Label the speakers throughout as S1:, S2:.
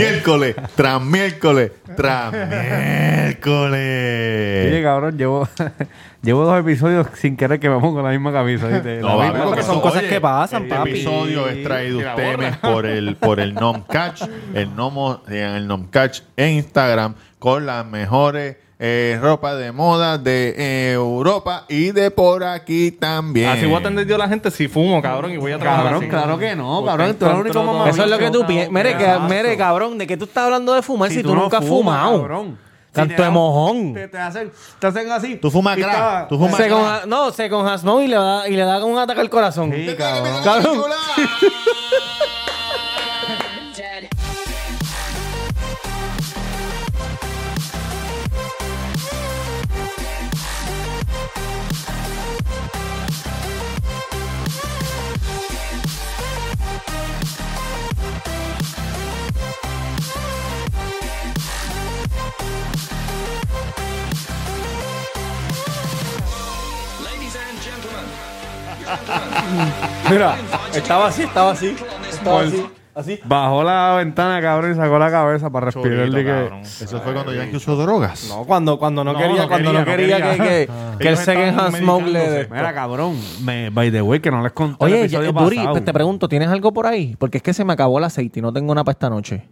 S1: miércoles, tras miércoles, tras miércoles.
S2: Oye, cabrón, llevo, llevo dos episodios sin querer que me pongo la misma camisa. ¿viste? La
S1: No,
S2: misma.
S1: papi,
S3: porque son
S1: oye,
S3: cosas que pasan,
S1: este
S3: papi.
S1: episodio es traído a ustedes por el, por el Nomcatch, el Nomo, eh, el Nomcatch en Instagram, con las mejores eh, ropas de moda de eh, Europa y de por aquí también.
S4: Así voy a atender yo a la gente si fumo, cabrón, y voy a trabajar
S2: Cabrón,
S4: así.
S2: claro que no,
S4: Porque
S2: cabrón. Tú eres el único
S4: encontró
S2: mamá.
S4: todo.
S3: Eso es lo que tú piensas. Mire, que,
S2: Exacto.
S3: mire, cabrón, ¿de qué tú estás hablando de fumar si, tú, nunca has fumado? Tanto de mojón.
S2: Te, te hacen, te hacen así.
S1: Tú fumas
S2: Y
S1: crack,
S2: está-
S1: tú fumas
S3: Se
S1: crack.
S3: conja- no, se conjasmó y le da, y le da un ataque al corazón.
S2: Sí, cabrón.
S3: Cabrón. Mira, estaba así, estaba así. Estaba así. Así.
S2: Bajó la ventana, cabrón, y sacó la cabeza para
S1: Chorito,
S2: respirar. de que-
S1: cabrón. Eso fue cuando Yankee usó drogas.
S3: No, cuando, cuando no,
S4: No,
S3: quería,
S4: no
S3: cuando no quería,
S4: quería, no
S3: que, que, que el
S1: Ellos
S3: second hand
S1: estaban
S3: smoke le dé.
S1: medicándose.
S2: Mira, cabrón, me, by the way, que no les conté el
S3: Oye, ya-
S2: episodio
S3: Duri,
S2: pasado.
S3: pues te pregunto, ¿tienes algo por ahí? Porque es que se me acabó el aceite y no tengo nada para esta noche.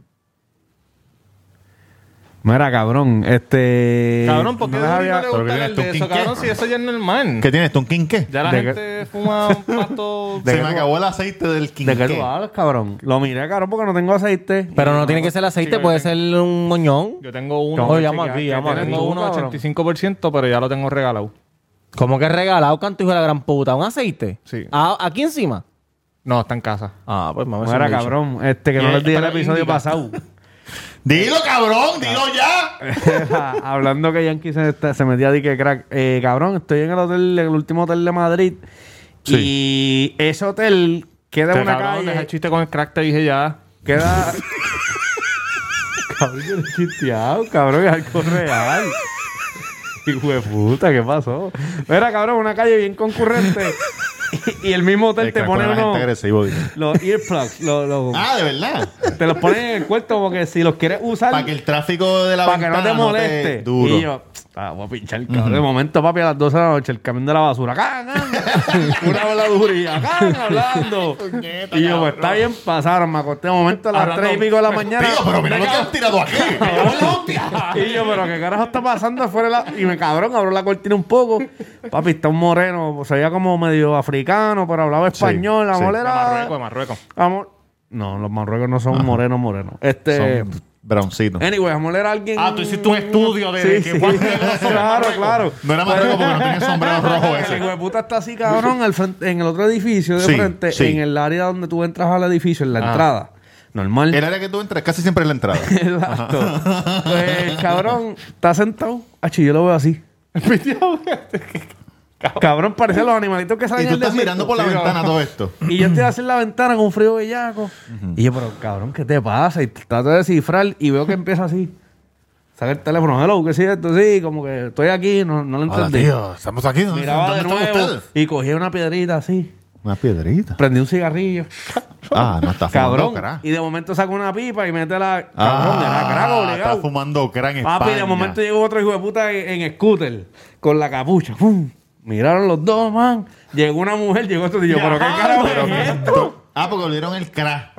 S2: Mira, cabrón, este...
S4: Cabrón, ¿por qué
S2: no
S4: no
S2: les había-
S4: le
S1: Pero que
S4: gusta el
S1: tienes
S4: de
S1: tú,
S4: eso,
S1: ¿quién
S4: cabrón?
S1: qué?
S4: Si eso ya es normal.
S1: ¿Qué tienes tú, un quinqué?
S4: Ya la
S2: ¿De qué?
S4: gente fuma un pasto...
S1: Se
S2: qué
S1: me
S2: tú-
S1: acabó el aceite del quinqué.
S2: ¿De qué tú hablas, cabrón? Lo miré, cabrón, porque no tengo aceite.
S3: Pero no tiene que ser aceite,
S4: chico,
S3: puede
S4: yo
S3: ser un moñón.
S4: Yo tengo uno...
S3: No, llama
S4: chequea,
S3: aquí,
S4: que
S3: llama aquí.
S4: Tengo uno
S3: Cabrón.
S4: 85%, pero ya lo tengo regalado.
S3: Como que regalado, canto hijo de la gran puta. ¿Un aceite?
S4: Sí.
S3: Ah, ¿Aquí encima?
S4: No, está en casa.
S3: Ah, pues mamá.
S2: Mira, cabrón, este, que no
S4: Y-
S2: les dije el
S4: pero
S2: episodio
S4: indica.
S2: pasado.
S1: Dilo, cabrón, dilo ya.
S2: Hablando que Yankee se, está- se metía de que crack. Eh, cabrón, estoy en el hotel, el último hotel de Madrid. Y ese hotel queda en
S4: Este
S2: una
S4: cabrón, deja
S2: calle.
S4: el chiste con el crack, te dije ya.
S2: Queda. cabrón, yo no he chisteado, cabrón, es algo real. Hijo de puta, ¿qué pasó? Mira, cabrón, una calle bien concurrente. Y, y el mismo hotel
S1: El
S2: te
S1: crack
S2: pone
S1: con la gente
S2: unos.
S1: agresivo, dilo.
S2: Los earplugs, los- los-
S1: Ah, de verdad.
S2: te los ponen en el cuarto como que si los quieres usar.
S1: Para que el tráfico de la
S2: para que no te
S1: ventana
S2: moleste.
S1: duro.
S2: Y yo, ah, voy a pinchar el cabrón. De momento, papi, a las 12 de la noche, el camión de la basura. ¡Can, Una habladuría. ¡Can, hablando! y yo, pues, está bien, pasaron. Me acosté de momento a las
S4: Hablando-
S2: 3 y pico de la mañana.
S1: Tío, pero mira lo que han tirado aquí.
S2: y yo, pero qué carajo está pasando afuera. de la- Y me cabrón, abro la cortina un poco. Papi, está un moreno. Se veía como medio africano, pero hablaba español. la
S1: sí.
S2: mujer era-
S4: Marruecos, de Marruecos.
S2: Amor- No, los marruecos no son morenos, morenos. Este.
S1: Son broncitos.
S2: Anyway, vamos a leer a alguien.
S4: Ah, tú hiciste un estudio de- de que cuántos negros son
S2: Claro, claro.
S1: No era más rico porque no tenía el sombrero rojo
S2: El hijo
S1: ese.
S2: de puta está así, cabrón, al frente- en el otro edificio de
S1: Sí,
S2: frente,
S1: sí. Ah.
S2: en el área donde tú entras al edificio, en la entrada. Normal.
S1: El área que tú entras casi siempre es la entrada.
S2: Exacto. Pues el cabrón está sentado. Achi, yo lo veo así. cabrón, parece los animalitos que salen
S1: Y tú
S2: del
S1: estás
S2: desierto.
S1: mirando por la
S2: Sí, cabrón.
S1: ventana todo esto.
S2: Y yo estoy así en la ventana con un frío bellaco. Y yo, pero cabrón, ¿qué te pasa? Y trato de descifrar y veo que empieza así. Saca el teléfono, hello, ¿qué es esto? Sí, como que estoy aquí, no, no lo
S1: Hola,
S2: entendí.
S1: tío, estamos aquí. ¿Dónde,
S2: Miraba de
S1: dónde están
S2: nuevo
S1: ustedes?
S2: y cogí una piedrita así.
S1: Una piedrita.
S2: Prendí un cigarrillo.
S1: Ah, no está fumando
S2: Cabrón.
S1: crack.
S2: Y de momento saco una pipa y mete la... Cabrón, era crack
S1: Ah,
S2: obligado.
S1: está fumando crack en
S2: Papi, de
S1: España.
S2: momento llegó otro hijo de puta en, en scooter con la capucha. ¡Pum! Miraron los dos, man. Llegó una mujer, llegó otro y yo, pero qué carajo es esto?
S1: Ah, porque olvidaron el crack.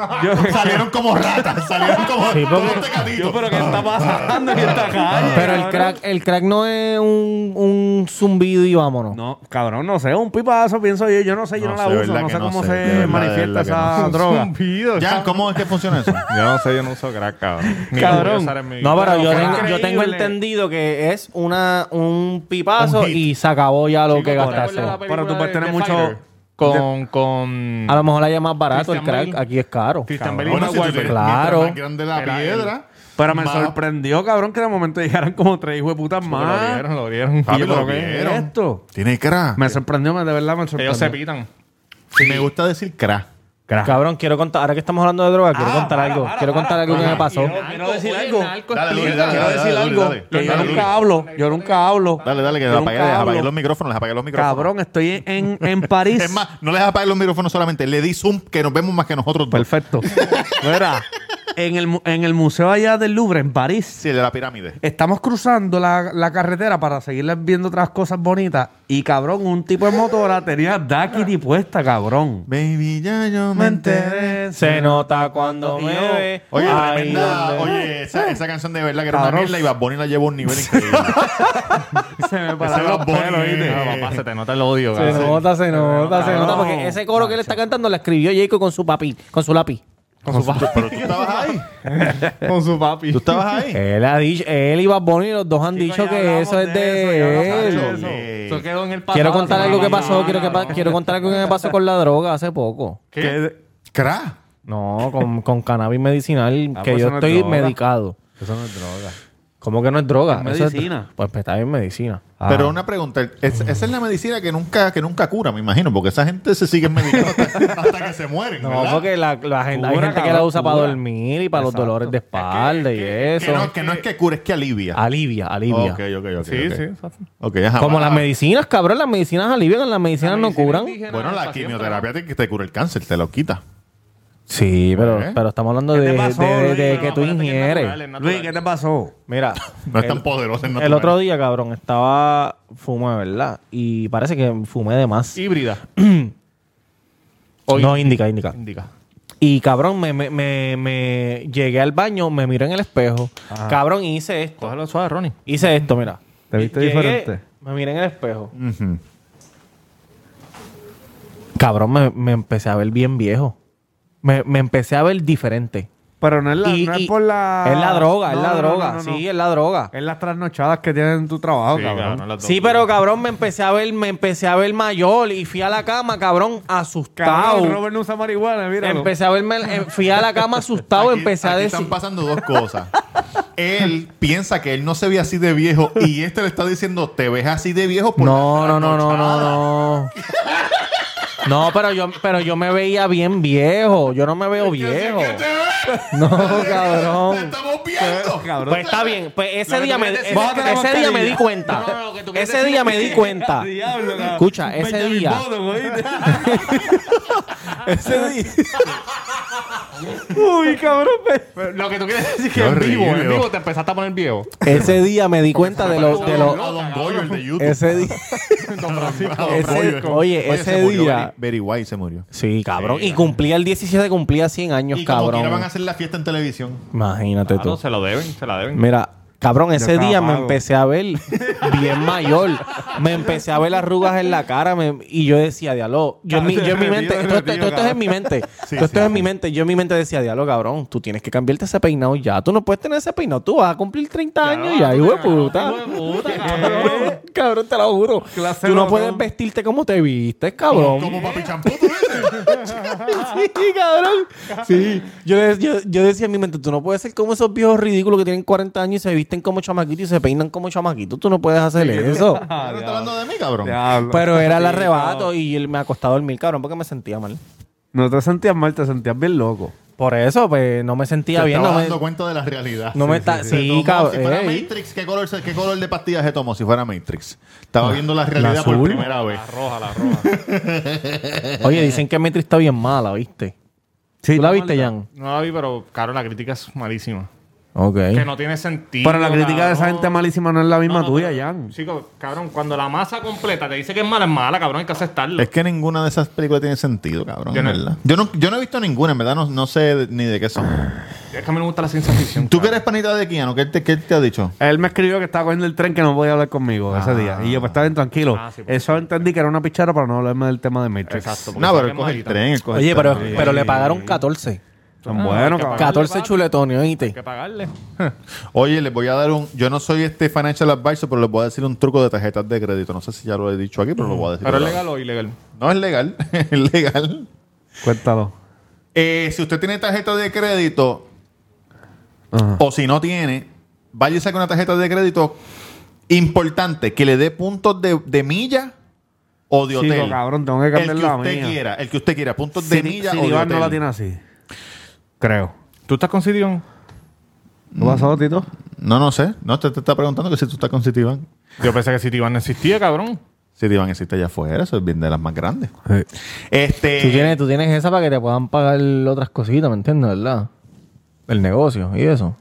S1: Salieron como ratas, salieron como este todos tecatitos.
S2: Yo, pero qué está pasando en esta calle.
S3: Pero el
S2: cabrón?
S3: crack, el crack no es un, un zumbido y vámonos.
S2: No, cabrón, no sé, un pipazo pienso yo, yo no sé, yo no,
S1: No
S2: la
S1: sé,
S2: uso,
S1: verdad
S2: no
S1: que
S2: sé
S1: no
S2: cómo
S1: sé, de
S2: se
S1: verdad, de
S2: manifiesta
S1: verdad que
S2: esa
S1: no sé.
S2: droga.
S1: Ya, ¿cómo es que funciona eso?
S5: Yo no sé, yo no uso crack, cabrón. Ni lo voy a
S2: Cabrón.
S5: usar en mi-
S3: No, pero yo tengo,
S2: increíble.
S3: yo tengo entendido que es una un pipazo
S1: Un hit.
S3: y se acabó ya lo
S4: Chico,
S3: que
S4: ¿te acuerdas
S3: gastaste.
S4: de la película
S2: Pero tú puedes
S4: de-
S2: tener
S4: de
S2: mucho-
S4: Fighter? Con... con...
S3: A lo mejor la más barato el
S4: Christian
S3: crack,
S4: Bale.
S3: aquí es caro.
S4: Christian Bale y
S1: Bueno, si tú
S4: Maguire.
S1: tienes
S3: Claro.
S1: mientras más grande la
S4: Era él.
S1: piedra.
S2: Pero me
S1: más-
S2: sorprendió, cabrón, que de momento llegaron como tres hijos de putas
S4: Lo
S2: más.
S4: vieron, lo vieron.
S1: Papi,
S2: Y yo,
S1: lo
S2: ¿pero qué
S1: vieron.
S2: es esto?
S1: Tiene crack.
S2: Me sorprendió, me- de verdad me sorprendió.
S4: Ellos se pitan.
S1: Me gusta decir crack.
S2: Crack.
S3: Cabrón, quiero contar, ahora que estamos hablando de droga,
S2: Ah,
S3: quiero contar algo. quiero contar algo que me pasó.
S2: Quiero decir algo.
S1: Dale, Luri, dale, dale, dale, Luri, dale.
S2: Que yo
S1: Dale, Luri.
S2: nunca hablo, yo nunca hablo.
S1: Dale, dale, que
S2: Yo
S1: les
S2: nunca
S1: apagué, les apagué
S2: hablo.
S1: los micrófonos, les apagué los micrófonos.
S2: Cabrón, estoy en, en París.
S1: Es más, no les apagué los micrófonos solamente, le di zoom que nos vemos más que nosotros dos.
S2: Perfecto. Mira, en el, mu- en el museo allá del Louvre, en París,
S1: Sí, el de la pirámide.
S2: estamos cruzando la, la carretera para seguirles viendo otras cosas bonitas. Y cabrón, un tipo de motora tenía Daquiti puesta, cabrón.
S1: Baby, ya yo me enteré.
S3: Se nota cuando
S2: Y
S3: me
S2: yo-
S3: ve.
S1: Oye,
S3: ahí
S1: tremenda-
S3: donde-
S1: oye esa, esa canción de verdad que era una
S2: Cabrón.
S1: mierda y Bad Bunny la llevó a un nivel increíble.
S2: Se me
S1: Ese Bad Bunny, eh.
S4: Ah, papá, se te nota el odio,
S3: Se
S4: cabrón.
S3: nota, se nota, se
S4: cabrón.
S3: nota. Porque ese coro que él está cantando lo escribió Jacob con su papi, con su lápiz.
S1: Con su- Pero tú estabas ahí.
S4: Con su papi.
S1: Tú estabas ahí.
S3: Él ha dicho, él y Bad Bunny, los dos han
S4: Chicos,
S3: dicho
S4: ya
S3: que
S4: hablamos
S3: eso es
S4: de eso, ya
S3: de
S4: hablamos
S3: él.
S4: de
S1: Eso, eh.
S4: Eso quedó en el pasado.
S3: Quiero contar
S4: se
S3: algo que
S4: acabó.
S3: pasó, quiero, que pa- quiero contar algo que me pasó con la droga hace poco.
S1: ¿Qué? Cra.
S3: No, con, con cannabis medicinal,
S2: Ah,
S3: que
S2: pues
S3: yo
S2: eso no es
S3: estoy
S2: droga.
S3: medicado.
S2: Eso no es droga.
S3: ¿Cómo que no es droga?
S2: Es
S3: Eso
S2: medicina.
S3: pues pues, está bien medicina.
S1: Pero una pregunta, es- esa es la medicina que nunca, que nunca cura, me imagino, porque esa gente se sigue medicando hasta, hasta que se mueren.
S3: No,
S1: ¿verdad?
S3: porque la, la gente, hay
S2: Cura,
S3: gente que la
S2: cabrón,
S3: usa para
S2: cura.
S3: dormir y para los
S2: Exacto.
S3: dolores de espalda y
S1: que
S3: eso.
S1: no, que no es que cure, es que alivia.
S3: Alivia, alivia.
S1: Ok, ok, ok.
S4: Sí,
S1: ok.
S4: sí. exacto.
S1: Ok, ajá,
S3: Como
S1: va.
S3: las medicinas, cabrón, las medicinas alivian, las medicinas no
S4: medicina
S3: curan.
S4: indígena
S1: Bueno,
S4: es
S1: la
S4: pa' siempre,
S1: quimioterapia te, que te cura el cáncer, te lo quita.
S3: Sí, pero,
S1: ¿Eh?
S3: pero estamos hablando
S2: ¿Qué te
S3: de,
S2: pasó,
S3: de-
S2: Luis?
S3: de
S2: Pero
S3: que
S4: acuérdate
S3: tú
S4: que es natural,
S3: ingieres.
S4: es natural.
S2: Luis, ¿qué te pasó?
S3: Mira,
S1: No es
S3: el-
S1: tan poderoso en
S3: el otro día, cabrón, estaba fumé, ¿verdad? Y parece que fumé de más.
S4: Híbrida.
S3: No, indica, indica.
S4: Indica.
S3: Y cabrón, me, me, me, me- llegué al baño, me miré en el espejo. Cabrón, y hice esto.
S4: Cógelo suave, Ronnie.
S3: Hice esto, mira.
S2: ¿Te viste
S3: Llegué,
S2: diferente?
S3: Me miré en el espejo.
S1: Ujú.
S3: Cabrón, me, me empecé a ver bien viejo. Me, me empecé a ver diferente.
S2: Pero no es, la,
S3: Y-
S2: no es
S3: y-
S2: por la...
S3: Es la droga, es
S2: No,
S3: la
S2: no, no,
S3: droga.
S2: no, no.
S3: Sí, es la droga.
S2: Es las trasnochadas que tienen en tu trabajo,
S4: Sí,
S2: cabrón.
S4: cabrón, las dos.
S3: Sí, pero cabrón, me empecé a ver, me empecé a ver mayor y fui a la cama, cabrón, asustado.
S2: Cabrón, Robert no usa marihuana, mira.
S3: Empecé a verme, eh, fui a la cama asustado,
S1: Aquí-
S3: empecé a
S1: aquí
S3: decir.
S1: Están pasando dos cosas. él piensa que él no se ve así de viejo y este le está diciendo, te ves así de viejo por
S3: No,
S1: la
S3: no, no, no,
S1: trasnochada".
S3: no, no. No, pero yo, pero yo me veía bien viejo. Yo no me veo viejo. No,
S1: Te
S3: cabrón.
S1: estamos viendo.
S2: Cabrón.
S3: Pues está bien. Pues ese día me, ese,
S2: Bájate la
S3: ese día me di
S2: mascarilla.
S3: cuenta. Ese día me di cuenta.
S2: Diablo, cabrón.
S3: Escucha, ese
S2: Benjamin
S3: día.
S2: Button, ¿oíste?
S3: Ese día.
S2: Uy, cabrón. pe-
S4: Pero Lo que tú quieres decir
S1: Qué
S4: que en vivo,
S1: horrible.
S4: en vivo te empezaste a poner viejo.
S3: Ese día me di cuenta de lo, de
S1: A
S3: lo.
S1: Don Goyo, el de YouTube.
S3: Ese día.
S1: A Don
S3: ese-
S1: Goyo.
S3: oye, ese
S1: se murió
S3: día-
S1: Very- Very White se murió.
S3: Sí, cabrón. Y cumplía el 17, cumplía 100 años,
S1: Y como quiera van a
S3: cabrón.
S1: hacer la fiesta en televisión.
S3: Imagínate tú.
S4: Ah, se lo deben, se la deben.
S3: Mira, cabrón, ese
S2: estaba
S3: día me
S2: pago.
S3: empecé a ver bien mayor. Me empecé a ver arrugas en la cara me- y yo decía, diablo. Yo, en mi- yo en mi
S2: Me
S3: mente,
S2: río, me
S3: todo, esto-
S2: río,
S3: todo esto es
S2: cabrón.
S3: en mi mente.
S1: Sí,
S3: todo esto
S1: sí,
S3: es en mi
S1: sí.
S3: mente. Yo en mi mente decía, diablo, cabrón, tú tienes que cambiarte ese peinado ya. Tú no puedes tener ese peinado. Tú vas a cumplir 30 años ya, hijo de puta. Cabrón, cabrón, te lo juro.
S2: Clase
S3: tú no
S2: loco.
S3: puedes vestirte como te vistes, cabrón.
S1: Como papi champú, tú dices.
S3: Sí, cabrón. Sí. Yo, le- yo- yo decía en mi mente, tú no puedes ser como esos viejos ridículos que tienen 40 años y se visten como chamaquitos y se peinan como chamaquitos. Tú no puedes hacer eso.
S1: ¿No estás hablando de mí, cabrón?
S2: Diablo.
S3: Pero era el arrebato y él me acostaba a dormir, cabrón, porque me sentía mal.
S2: No te sentías mal, te sentías bien loco.
S3: Por eso, pues, no me sentía
S1: Se
S3: bien.
S1: estaba
S3: No me,
S1: dando cuenta de la realidad.
S3: no me está...
S1: Se tomó-
S3: Sí,
S1: Si fuera
S3: cabrón. ey.
S1: Matrix, ¿qué color, se- ¿qué color de pastillas se tomó si fuera Matrix? Estaba viendo la realidad por
S3: azul.
S1: primera vez.
S4: Roja, la roja.
S3: Oye, dicen que Metri está bien mala, ¿viste?
S2: Sí,
S3: ¿Tú la viste, Jan?
S4: No la vi, pero, claro, la crítica es malísima.
S3: Ok.
S4: Que no tiene sentido.
S2: Pero la crítica de esa
S4: cabrón.
S2: gente malísima no es la misma
S4: No, no,
S2: tuya,
S4: pero-
S2: Jan.
S4: Mm. Chico, cabrón, cuando la masa completa te dice que es mala, es mala, cabrón, hay que aceptarlo.
S1: Es que ninguna de esas películas tiene sentido, cabrón.
S4: Yo
S1: en
S4: no-
S1: verdad. Yo, no, yo no he visto ninguna, en verdad. No, no sé de- ni de qué son.
S4: Es que a mí me gusta la ciencia ficción.
S1: ¿Tú que
S4: cabrón.
S1: eres panita de Keanu? ¿Qué él te, qué él te ha dicho?
S2: Él me escribió que estaba cogiendo el tren que no podía hablar conmigo ese día. Y yo, pues, está bien tranquilo.
S4: Ah, sí, pues,
S2: Eso entendí que era una pichara para no hablarme del tema de Matrix.
S4: Exacto. porque
S1: No,
S4: sabe
S1: pero
S4: que
S1: él
S4: es
S1: coge el
S4: malita.
S1: tren. él coge el
S3: Oye, pero,
S1: tren.
S3: pero le pagaron 14.
S2: Tan bueno,
S4: Ah, qué
S2: cabrón.
S4: paga.
S3: 14 chuletones,
S4: Hay
S3: ¿oíste?
S4: que pagarle.
S1: Oye, les voy a dar un... Yo no soy este financial advisor, pero les voy a decir un truco de tarjetas de crédito. No sé si ya lo he dicho aquí, pero lo voy a decir.
S4: ¿Pero es
S1: otra vez.
S4: legal o ilegal?
S1: No es legal. es legal.
S2: Cuéntalo.
S1: Eh, si usted tiene tarjeta de crédito
S2: Ajá.
S1: o si no tiene, vaya y saque una tarjeta de crédito importante que le dé puntos de, de milla o de
S2: Chico,
S1: hotel.
S2: cabrón, tengo que
S1: el que
S2: cambiar la
S1: usted
S2: mía.
S1: quiera, el que usted quiera, puntos de
S2: Siri-
S1: milla o de
S2: Siribán no
S1: hotel.
S2: la tiene así. Creo.
S4: ¿Tú estás con Sirion?
S2: ¿Qué pasó, Tito?
S1: No, no sé. No, te, te está preguntando que si tú estás con Citibank.
S4: Yo pensé que Sirion no existía, cabrón.
S1: Citibank existe allá afuera, eso es bien de las más grandes. Este,
S3: Tú tienes, tú tienes esa para que te puedan pagar otras cositas, ¿me entiendes, verdad? el negocio y eso.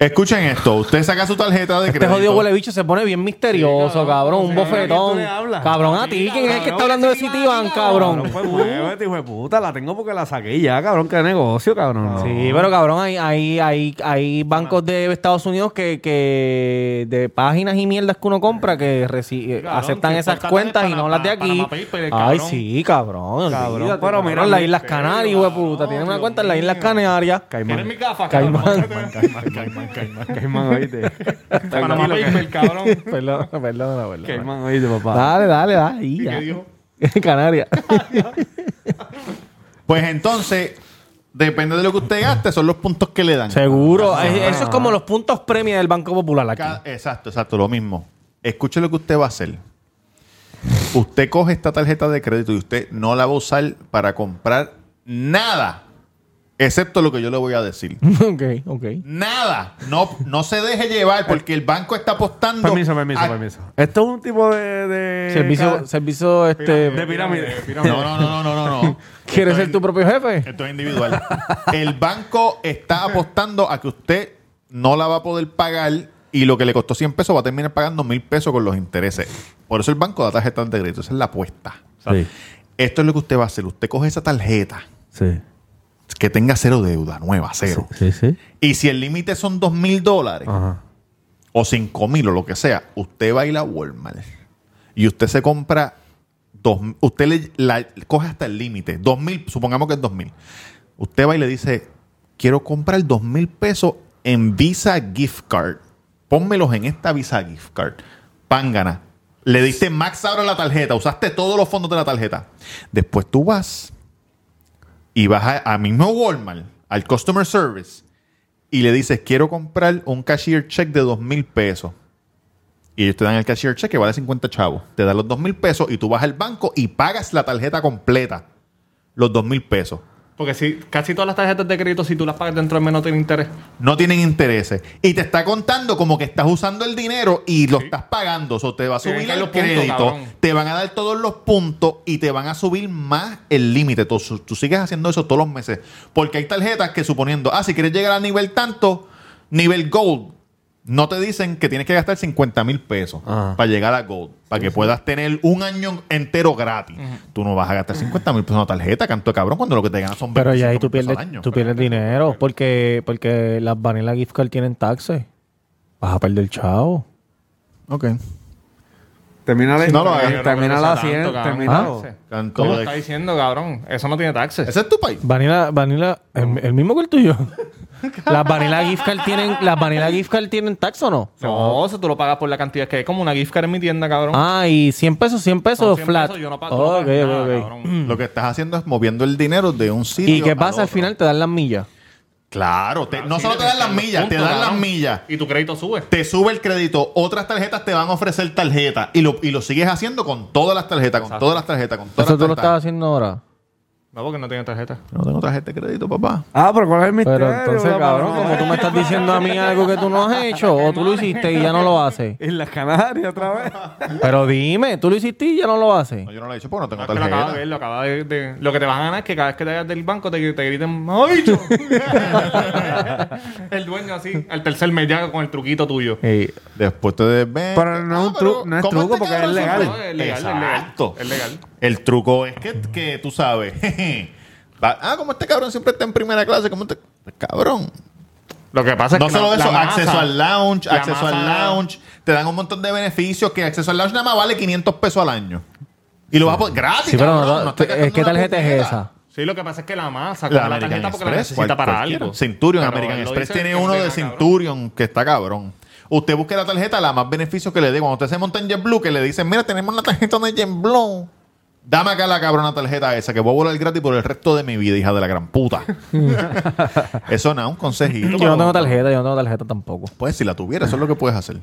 S1: Escuchen esto. Usted saca su tarjeta de
S3: Este
S1: crédito.
S3: jodido huele bicho se pone bien misterioso, cabrón. Un
S2: ¿a quién tú
S3: bofetón.
S2: le hablas?
S3: Cabrón, a ti, ¿quién es el que está hablando de Citibank,
S2: Cabrón,
S3: cabrón?
S2: pues muévete, hijo de puta. La tengo porque la saqué ya, cabrón. Qué negocio, cabrón.
S3: Sí, pero cabrón, hay, hay, hay, hay bancos de Estados Unidos que, que de páginas y mierdas que uno compra que reci- eh,
S4: Cabrón,
S3: aceptan
S4: que
S3: esas
S4: importa
S3: cuentas
S4: tener
S3: y no las de
S4: Panamá-
S3: aquí.
S4: Panamá Paper,
S3: Ay,
S4: cabrón.
S3: sí, cabrón.
S2: Cabrón,
S3: olvídate,
S2: pero mira,
S3: cabrón, las Islas
S2: pero,
S3: Canarias, hijo de puta. Tienen una cuenta en las Islas Canarias.
S4: ¿Quieres
S2: Caimán.
S4: mi gafas,
S3: Caimán.
S4: cabrón?
S5: Caimán, caimán.
S2: Caimán, oíste.
S4: Panamá Paper, cabrón.
S3: Perdón, perdón, perdón.
S2: Caimán, oíste, papá.
S3: Dale, dale, dale. ahí ya. Canarias.
S1: Pues entonces, depende de lo que usted gaste, son los puntos que le dan.
S3: Seguro.
S4: Ah,
S3: Eh, Eso es como los puntos premios del Banco Popular aquí.
S1: Ca- Exacto, exacto, lo mismo. Escuche lo que usted va a hacer. Usted coge esta tarjeta de crédito y usted no la va a usar para comprar nada, excepto lo que yo le voy a decir.
S3: ok, ok.
S4: Eh,
S1: Nada. No, no se deje llevar porque el banco está apostando.
S2: Permiso, permiso,
S1: a-
S2: permiso. Esto es un tipo de. de
S3: Servicio,
S2: ca-
S3: servicio este,
S2: De pirámide.
S1: No, no, no, no, no, no. no.
S3: ¿Quieres
S1: Esto
S3: ser
S1: es-
S3: tu propio jefe?
S1: Esto es individual. El banco está apostando a que usted no la va a poder pagar y lo que le costó 100 pesos va a terminar pagando 1000 pesos con los intereses. Por eso el banco da tarjetas de crédito. Esa es la apuesta.
S2: Sí,
S1: Esto es lo que usted va a hacer. Usted coge esa tarjeta
S2: sí.
S1: que tenga cero deuda, nueva, cero.
S2: Sí, sí.
S1: Y si el límite son dos mil dólares
S2: Ajá.
S1: o cinco mil o lo que sea, usted va a ir a Walmart y usted se compra dos, usted le la, coge hasta el límite, dos mil, supongamos que es dos mil. Usted va y le dice, quiero comprar dos mil pesos en Visa Gift Card. Pónmelos en esta Visa Gift Card. Pángana. Le diste max ahora la tarjeta, usaste todos los fondos de la tarjeta. Después tú vas y vas a, a mismo Walmart, al Customer Service, y le dices, quiero comprar un cashier check de dos mil pesos. Y ellos te dan el cashier check que vale 50 chavos. Te dan los dos mil pesos y tú vas al banco y pagas la tarjeta completa. Los dos mil pesos.
S4: Porque si casi todas las tarjetas de crédito, si tú las pagas dentro del mes, no tiene interés.
S1: No tienen intereses. Y te está contando como que estás usando el dinero y lo estás pagando. O sea, te va a
S4: Tienen
S1: subir
S4: que
S1: el
S4: los puntos,
S1: crédito.
S4: cabrón.
S1: te van a dar todos los puntos y te van a subir más el límite. Tú, tú sigues haciendo eso todos los meses. Porque hay tarjetas que suponiendo, ah, si quieres llegar a nivel tanto, nivel gold, no te dicen que tienes que gastar 50 mil pesos
S3: Ah.
S2: Ajá.
S1: para llegar a gold. Para que puedas tener un año entero gratis. Tú no vas a gastar 50 mil pesos en una tarjeta, canto de cabrón, cuando lo que te ganas son 20
S3: Pero ya ahí tú pierdes, tú pierdes dinero porque, porque las Vanilla Gift Card tienen taxes. Vas a perder chavo.
S1: Ok.
S2: Termina la
S1: No lo hagas.
S4: Yo no
S2: Termina
S4: creo
S2: la
S4: que sea tanto,
S2: 100.
S4: cabrón.
S3: Ah.
S2: Termina.
S4: Taxes.
S1: Canto
S4: ¿Cómo
S1: de-
S4: está diciendo, cabrón? Eso no tiene taxes.
S1: Ese es tu país.
S3: Vanilla, Vanilla, el, el mismo que el tuyo. las Vanilla Gift Card tienen, las Vanilla Gift Card tienen tax o no?
S4: No, eso tú lo pagas por la cantidad que es como una gift card en mi tienda, cabrón.
S3: Ah, y 100 pesos, 100 pesos
S4: Son 100
S3: flat.
S4: pesos, yo no pago, tú no pagas
S3: Ok,
S4: nada,
S3: ok, ok.
S4: cabrón.
S2: Mm.
S1: Lo que estás haciendo es moviendo el dinero de un sitio.
S3: ¿Y qué pasa? Al
S1: otro.
S3: final te dan las millas.
S1: Claro, te- no solo te dan las millas, te
S4: Punto,
S1: dan las
S4: cabrón.
S1: millas.
S4: Y tu crédito sube.
S1: Te sube el crédito, otras tarjetas te van a ofrecer tarjeta y lo, y lo sigues haciendo con todas las tarjetas, con todas las tarjetas, con todas
S3: Eso
S1: las
S3: tú lo estás
S1: tarjetas.
S3: haciendo ahora.
S4: No, porque no tiene tarjeta.
S1: No tengo tarjeta de crédito, papá.
S2: Ah, pero ¿cuál es el misterio?
S3: Pero entonces,
S2: la
S3: cabrón,
S2: paloma?
S3: como tú me estás diciendo a mí algo que tú no has hecho, o tú lo hiciste y ya no lo haces.
S2: En las Canarias otra vez.
S3: Pero dime, tú lo hiciste y ya no lo haces.
S1: No, yo no lo he hecho porque no tengo
S4: Es que lo acabas de ver,
S1: tarjeta.
S4: lo acabas de, de- Lo que te vas a ganar es que cada vez que te vayas del banco te, te griten ¡Ay, bicho! el dueño así, al tercer mes ya con el truquito tuyo.
S1: Y después te Ah, desven.
S2: Pero no es un tru- no es truco porque es legal.
S4: No, es legal, es legal.
S1: este Exacto.
S4: Es legal.
S1: El truco es que, que tú sabes. Va- ah, como este cabrón siempre está en primera clase, como este. Cabrón,
S4: Lo que pasa es
S1: No
S4: que
S1: solo
S4: la- la
S1: eso,
S4: masa-
S1: acceso al lounge,
S4: la
S1: acceso al
S4: masa-
S1: lounge. Te dan un montón de beneficios que acceso al lounge nada más vale 500 pesos al año. Y lo vas a poder gratis.
S3: Sí, pero
S1: cabrón,
S3: no,
S1: estoy
S3: eh,
S1: gastando
S3: ¿qué
S1: una
S3: tarjeta es
S1: puñeta.
S3: esa?
S4: Sí, lo que pasa es que la masa,
S1: La
S4: la, la
S1: American
S4: tarjeta porque la
S1: Express.
S4: necesita
S1: cual-
S4: para
S1: cualquiera.
S4: algo.
S1: Centurion,
S4: Pero
S1: American
S4: él lo
S1: Express
S4: dice
S1: tiene
S4: que
S1: uno
S4: no
S1: de
S4: tenga, cabrón.
S1: Centurion que está cabrón. Usted busque la tarjeta, la más beneficios que le dé. Cuando usted se monta en JetBlue, que le dicen, mira, tenemos la tarjeta de JetBlue. Dame acá la cabrona tarjeta esa, que voy a volar gratis por el resto de mi vida, hija de la gran puta. eso nada, un consejito.
S3: Yo no
S1: cabrón.
S3: tengo tarjeta, yo no tengo tarjeta tampoco.
S1: Pues si la tuviera, eso es lo que puedes hacer.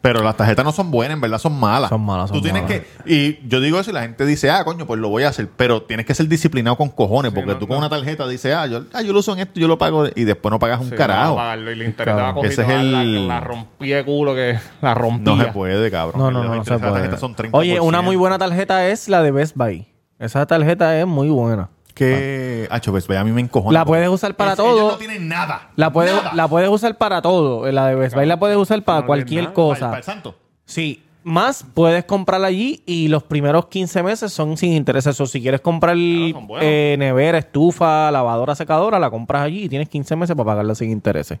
S1: Pero las tarjetas no son buenas, en verdad son malas.
S3: Son malas, son
S1: Tú tienes
S3: malas.
S1: que. Y yo digo eso y la gente dice, ah, coño, pues lo voy a hacer. Pero tienes que ser disciplinado con cojones, porque tú con una tarjeta dices, ah yo, ah, yo lo uso en esto, yo lo pago. Y después no pagas un
S4: Sí,
S1: carajo.
S4: vamos a pagarlo y le interesaba
S1: Ese es
S4: la,
S1: el-
S4: la rompí de culo que la rompía.
S1: No se puede, cabrón.
S3: No, no,
S1: Los
S3: no, no se
S1: intereses de las
S3: puede.
S1: tarjetas son 30%.
S3: Oye, una muy buena tarjeta es la de Best Buy. Esa tarjeta es muy buena.
S1: que. Hacho, pues, a mí me encojona.
S3: Ah. La puedes usar para
S1: Ellos- ellos
S3: todo.
S1: no tienen nada.
S3: La puedes,
S1: Nada.
S3: la puedes usar para todo. La de Best Buy la puedes usar para cualquier cosa.
S1: Para, para el santo.
S3: Sí. Más puedes comprarla allí y los primeros 15 meses son sin intereses. O si quieres comprar
S4: Claro, son buenos.
S3: eh, nevera, estufa, lavadora, secadora, la compras allí y tienes 15 meses para pagarla sin intereses.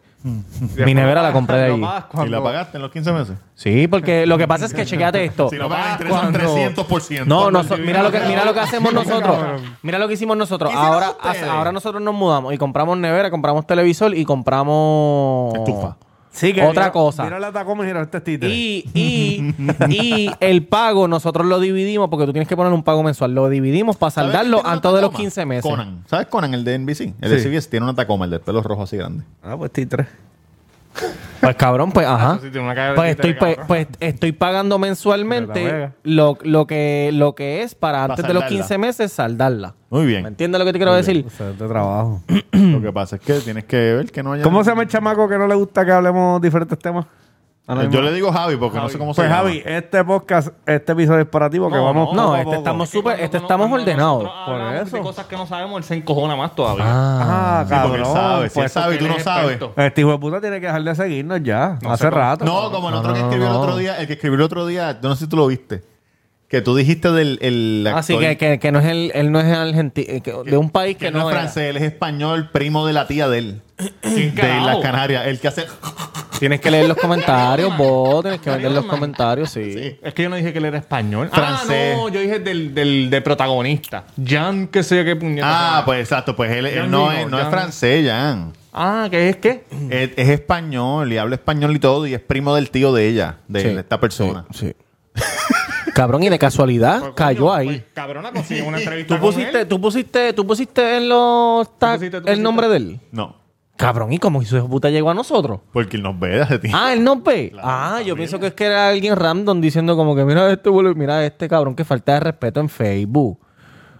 S3: Mi nevera la compré de allí.
S1: ¿Y la pagaste en los 15 meses?
S3: Sí, porque lo que pasa es que chequeate esto.
S1: Si lo pagas entre esos 300%.
S3: No, no,
S1: Cuando el
S3: mira lo que mira lo que hacemos nosotros. Mira lo que hicimos nosotros.
S1: ¿Qué hicieron
S3: Ahora
S1: ustedes?
S3: ahora nosotros nos mudamos y compramos nevera, compramos televisor y compramos
S1: Estufa.
S2: Sí, que
S3: otra
S2: vino-
S3: cosa.
S2: Vino la Tacoma y mira, este es títere.
S3: Y, y, y el pago nosotros lo dividimos porque tú tienes que poner un pago mensual. Lo dividimos para
S1: ¿Sabes
S3: saldarlo
S1: quién tiene
S3: antes
S1: una
S3: de los
S1: Tacoma?
S3: 15 meses.
S1: Conan. ¿Sabes Conan, el de NBC? El de
S2: Sí.
S1: CBS tiene una Tacoma, el de pelo rojo así grande.
S2: Ah, pues títere.
S3: Pues cabrón, pues ajá.
S4: sí tiene una cara de
S3: Pues
S4: títere,
S3: estoy, pues,
S4: cabrón.
S3: pues, estoy pagando
S2: Pero la
S3: mensualmente
S2: juega.
S3: lo, lo, que, lo que es para
S1: Para
S3: antes de los
S1: saldarla.
S3: 15 meses saldarla.
S1: Muy
S3: ¿Me
S1: bien.
S3: entiendes lo que te quiero decir?
S2: O sea, este trabajo.
S1: lo que pasa es que tienes que ver que no haya.
S2: ¿Cómo se llama el chamaco que no le gusta que hablemos diferentes temas? Ahora
S1: Yo
S2: mismo.
S1: le digo Javi porque no sé cómo se
S2: Pues
S1: llama.
S2: Javi, este podcast, este episodio es para ti porque
S4: No,
S2: vamos.
S3: No,
S2: poco a
S3: este
S2: poco.
S3: estamos
S4: Cuando
S3: súper, este
S4: no-
S3: estamos
S4: cuando
S3: ordenados.
S4: nosotros
S2: Por
S4: hablamos de
S2: eso.
S4: cosas que no sabemos, él se encojona más todavía.
S2: Ah,
S1: Sí, porque él
S2: cabrón.
S1: sabe. Si él
S2: pues,
S1: sabe y tú no
S4: eres
S1: sabes.
S4: experto.
S2: Este hijo de puta tiene que dejar de seguirnos ya. hace rato.
S1: No, como el
S3: No,
S1: otro que
S3: no,
S1: escribió
S3: no.
S1: el otro día, el que escribió el otro día, yo no sé si tú lo viste. Que tú dijiste del el actor
S3: Así Ah, que, que, que no es el, él no es argentino, de un país que,
S1: que
S3: no
S1: no es
S3: era.
S1: francés, él es español, primo de la tía de él. de
S4: carajo?
S1: las Canarias. El que hace.
S3: Tienes que leer los comentarios, vos, tienes que leer los comentarios, sí.
S4: Es que yo no dije que él era español.
S1: Francés.
S4: Ah, no, yo dije del, del, del protagonista. Jan, que sé yo qué puñeta.
S1: Ah, pues exacto. Pues él, él
S4: Jan
S1: no,
S4: digo,
S1: es, no es
S4: Jan.
S1: francés, Jan.
S4: Ah, ¿qué es qué?
S1: Es, es español y habla español y todo. Y es primo del tío de ella, de,
S3: Sí.
S1: de esta persona.
S3: Sí. Cabrón, y de casualidad
S4: Pues,
S3: cayó
S4: coño,
S3: ahí.
S4: pues, cabrona, consiguió una entrevista.
S3: ¿Tú
S4: con
S3: pusiste,
S4: él.
S3: tú pusiste, tú pusiste en los tags
S4: pusiste, tú
S3: el
S4: pusiste.
S3: nombre de él.
S1: No,
S3: Cabrón, ¿y cómo hizo esa puta llegó a nosotros?
S1: porque él nos ve de hace tiempo.
S3: Ah, él no ve. ah, yo pienso que es que era alguien random diciendo como que mira este boludo, mira este cabrón que falta de respeto en Facebook.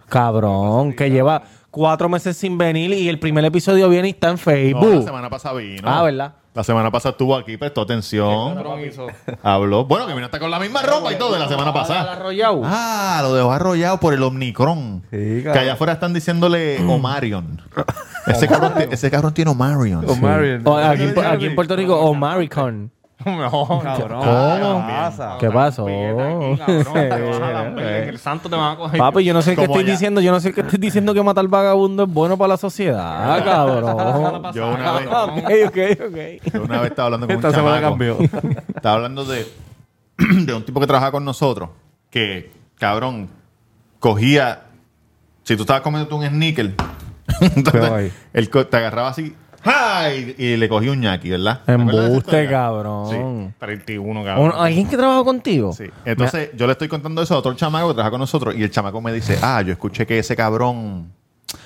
S3: Cabrón, que lleva cuatro meses sin venir y el primer episodio viene y está en
S1: No,
S3: Facebook.
S1: la semana pasada vino.
S3: Ah, ¿verdad?
S1: La semana pasada estuvo aquí, prestó atención.
S4: Cabrón, hizo-
S1: Habló. Bueno, que vino hasta con la misma ropa y todo de la semana pasada.
S3: Arrollado.
S1: Ah, lo dejó arrollado por el Omnicron.
S2: Sí, cabrón.
S1: que allá afuera están diciéndole Omarion. ese, cabrón, ti- ese cabrón tiene Omarion.
S2: Con Marion.
S3: O ah, aquí, en Pu- aquí en Puerto Rico, o Maricon.
S4: No,
S2: Cabrón.
S1: ¿Cómo?
S2: ¿Qué pasa?
S3: ¿Qué pasó?
S4: Cabrón, te vas a la verga, que el santo te va a coger.
S3: Papi, yo no sé qué
S1: Como
S3: estoy
S1: allá.
S3: diciendo. Yo no sé qué estoy diciendo que matar vagabundo es bueno para la sociedad, cabrón.
S1: Yo una vez-
S3: Ah, ok, ok, ok.
S1: Yo una vez estaba hablando con
S2: Esta
S1: un
S2: semana
S1: chamaco.
S2: cambió.
S1: Estaba hablando de, de un tipo que trabajaba con nosotros. Que, cabrón, cogía. Si tú estabas comiendo un sneaker,
S2: Ay.
S1: entonces, él co- te agarraba así. ¡ja! Y, y le cogía un ñaki, ¿verdad? ¿Te acuerdas de esa
S3: Embuste,
S1: historia?
S3: cabrón.
S4: 31,
S3: Un-
S4: cabrón.
S3: ¿Alguien que trabajó contigo?
S1: Sí. Entonces, yo le estoy contando eso a otro chamaco que trabaja con nosotros y el chamaco me dice, ah, yo escuché que ese cabrón...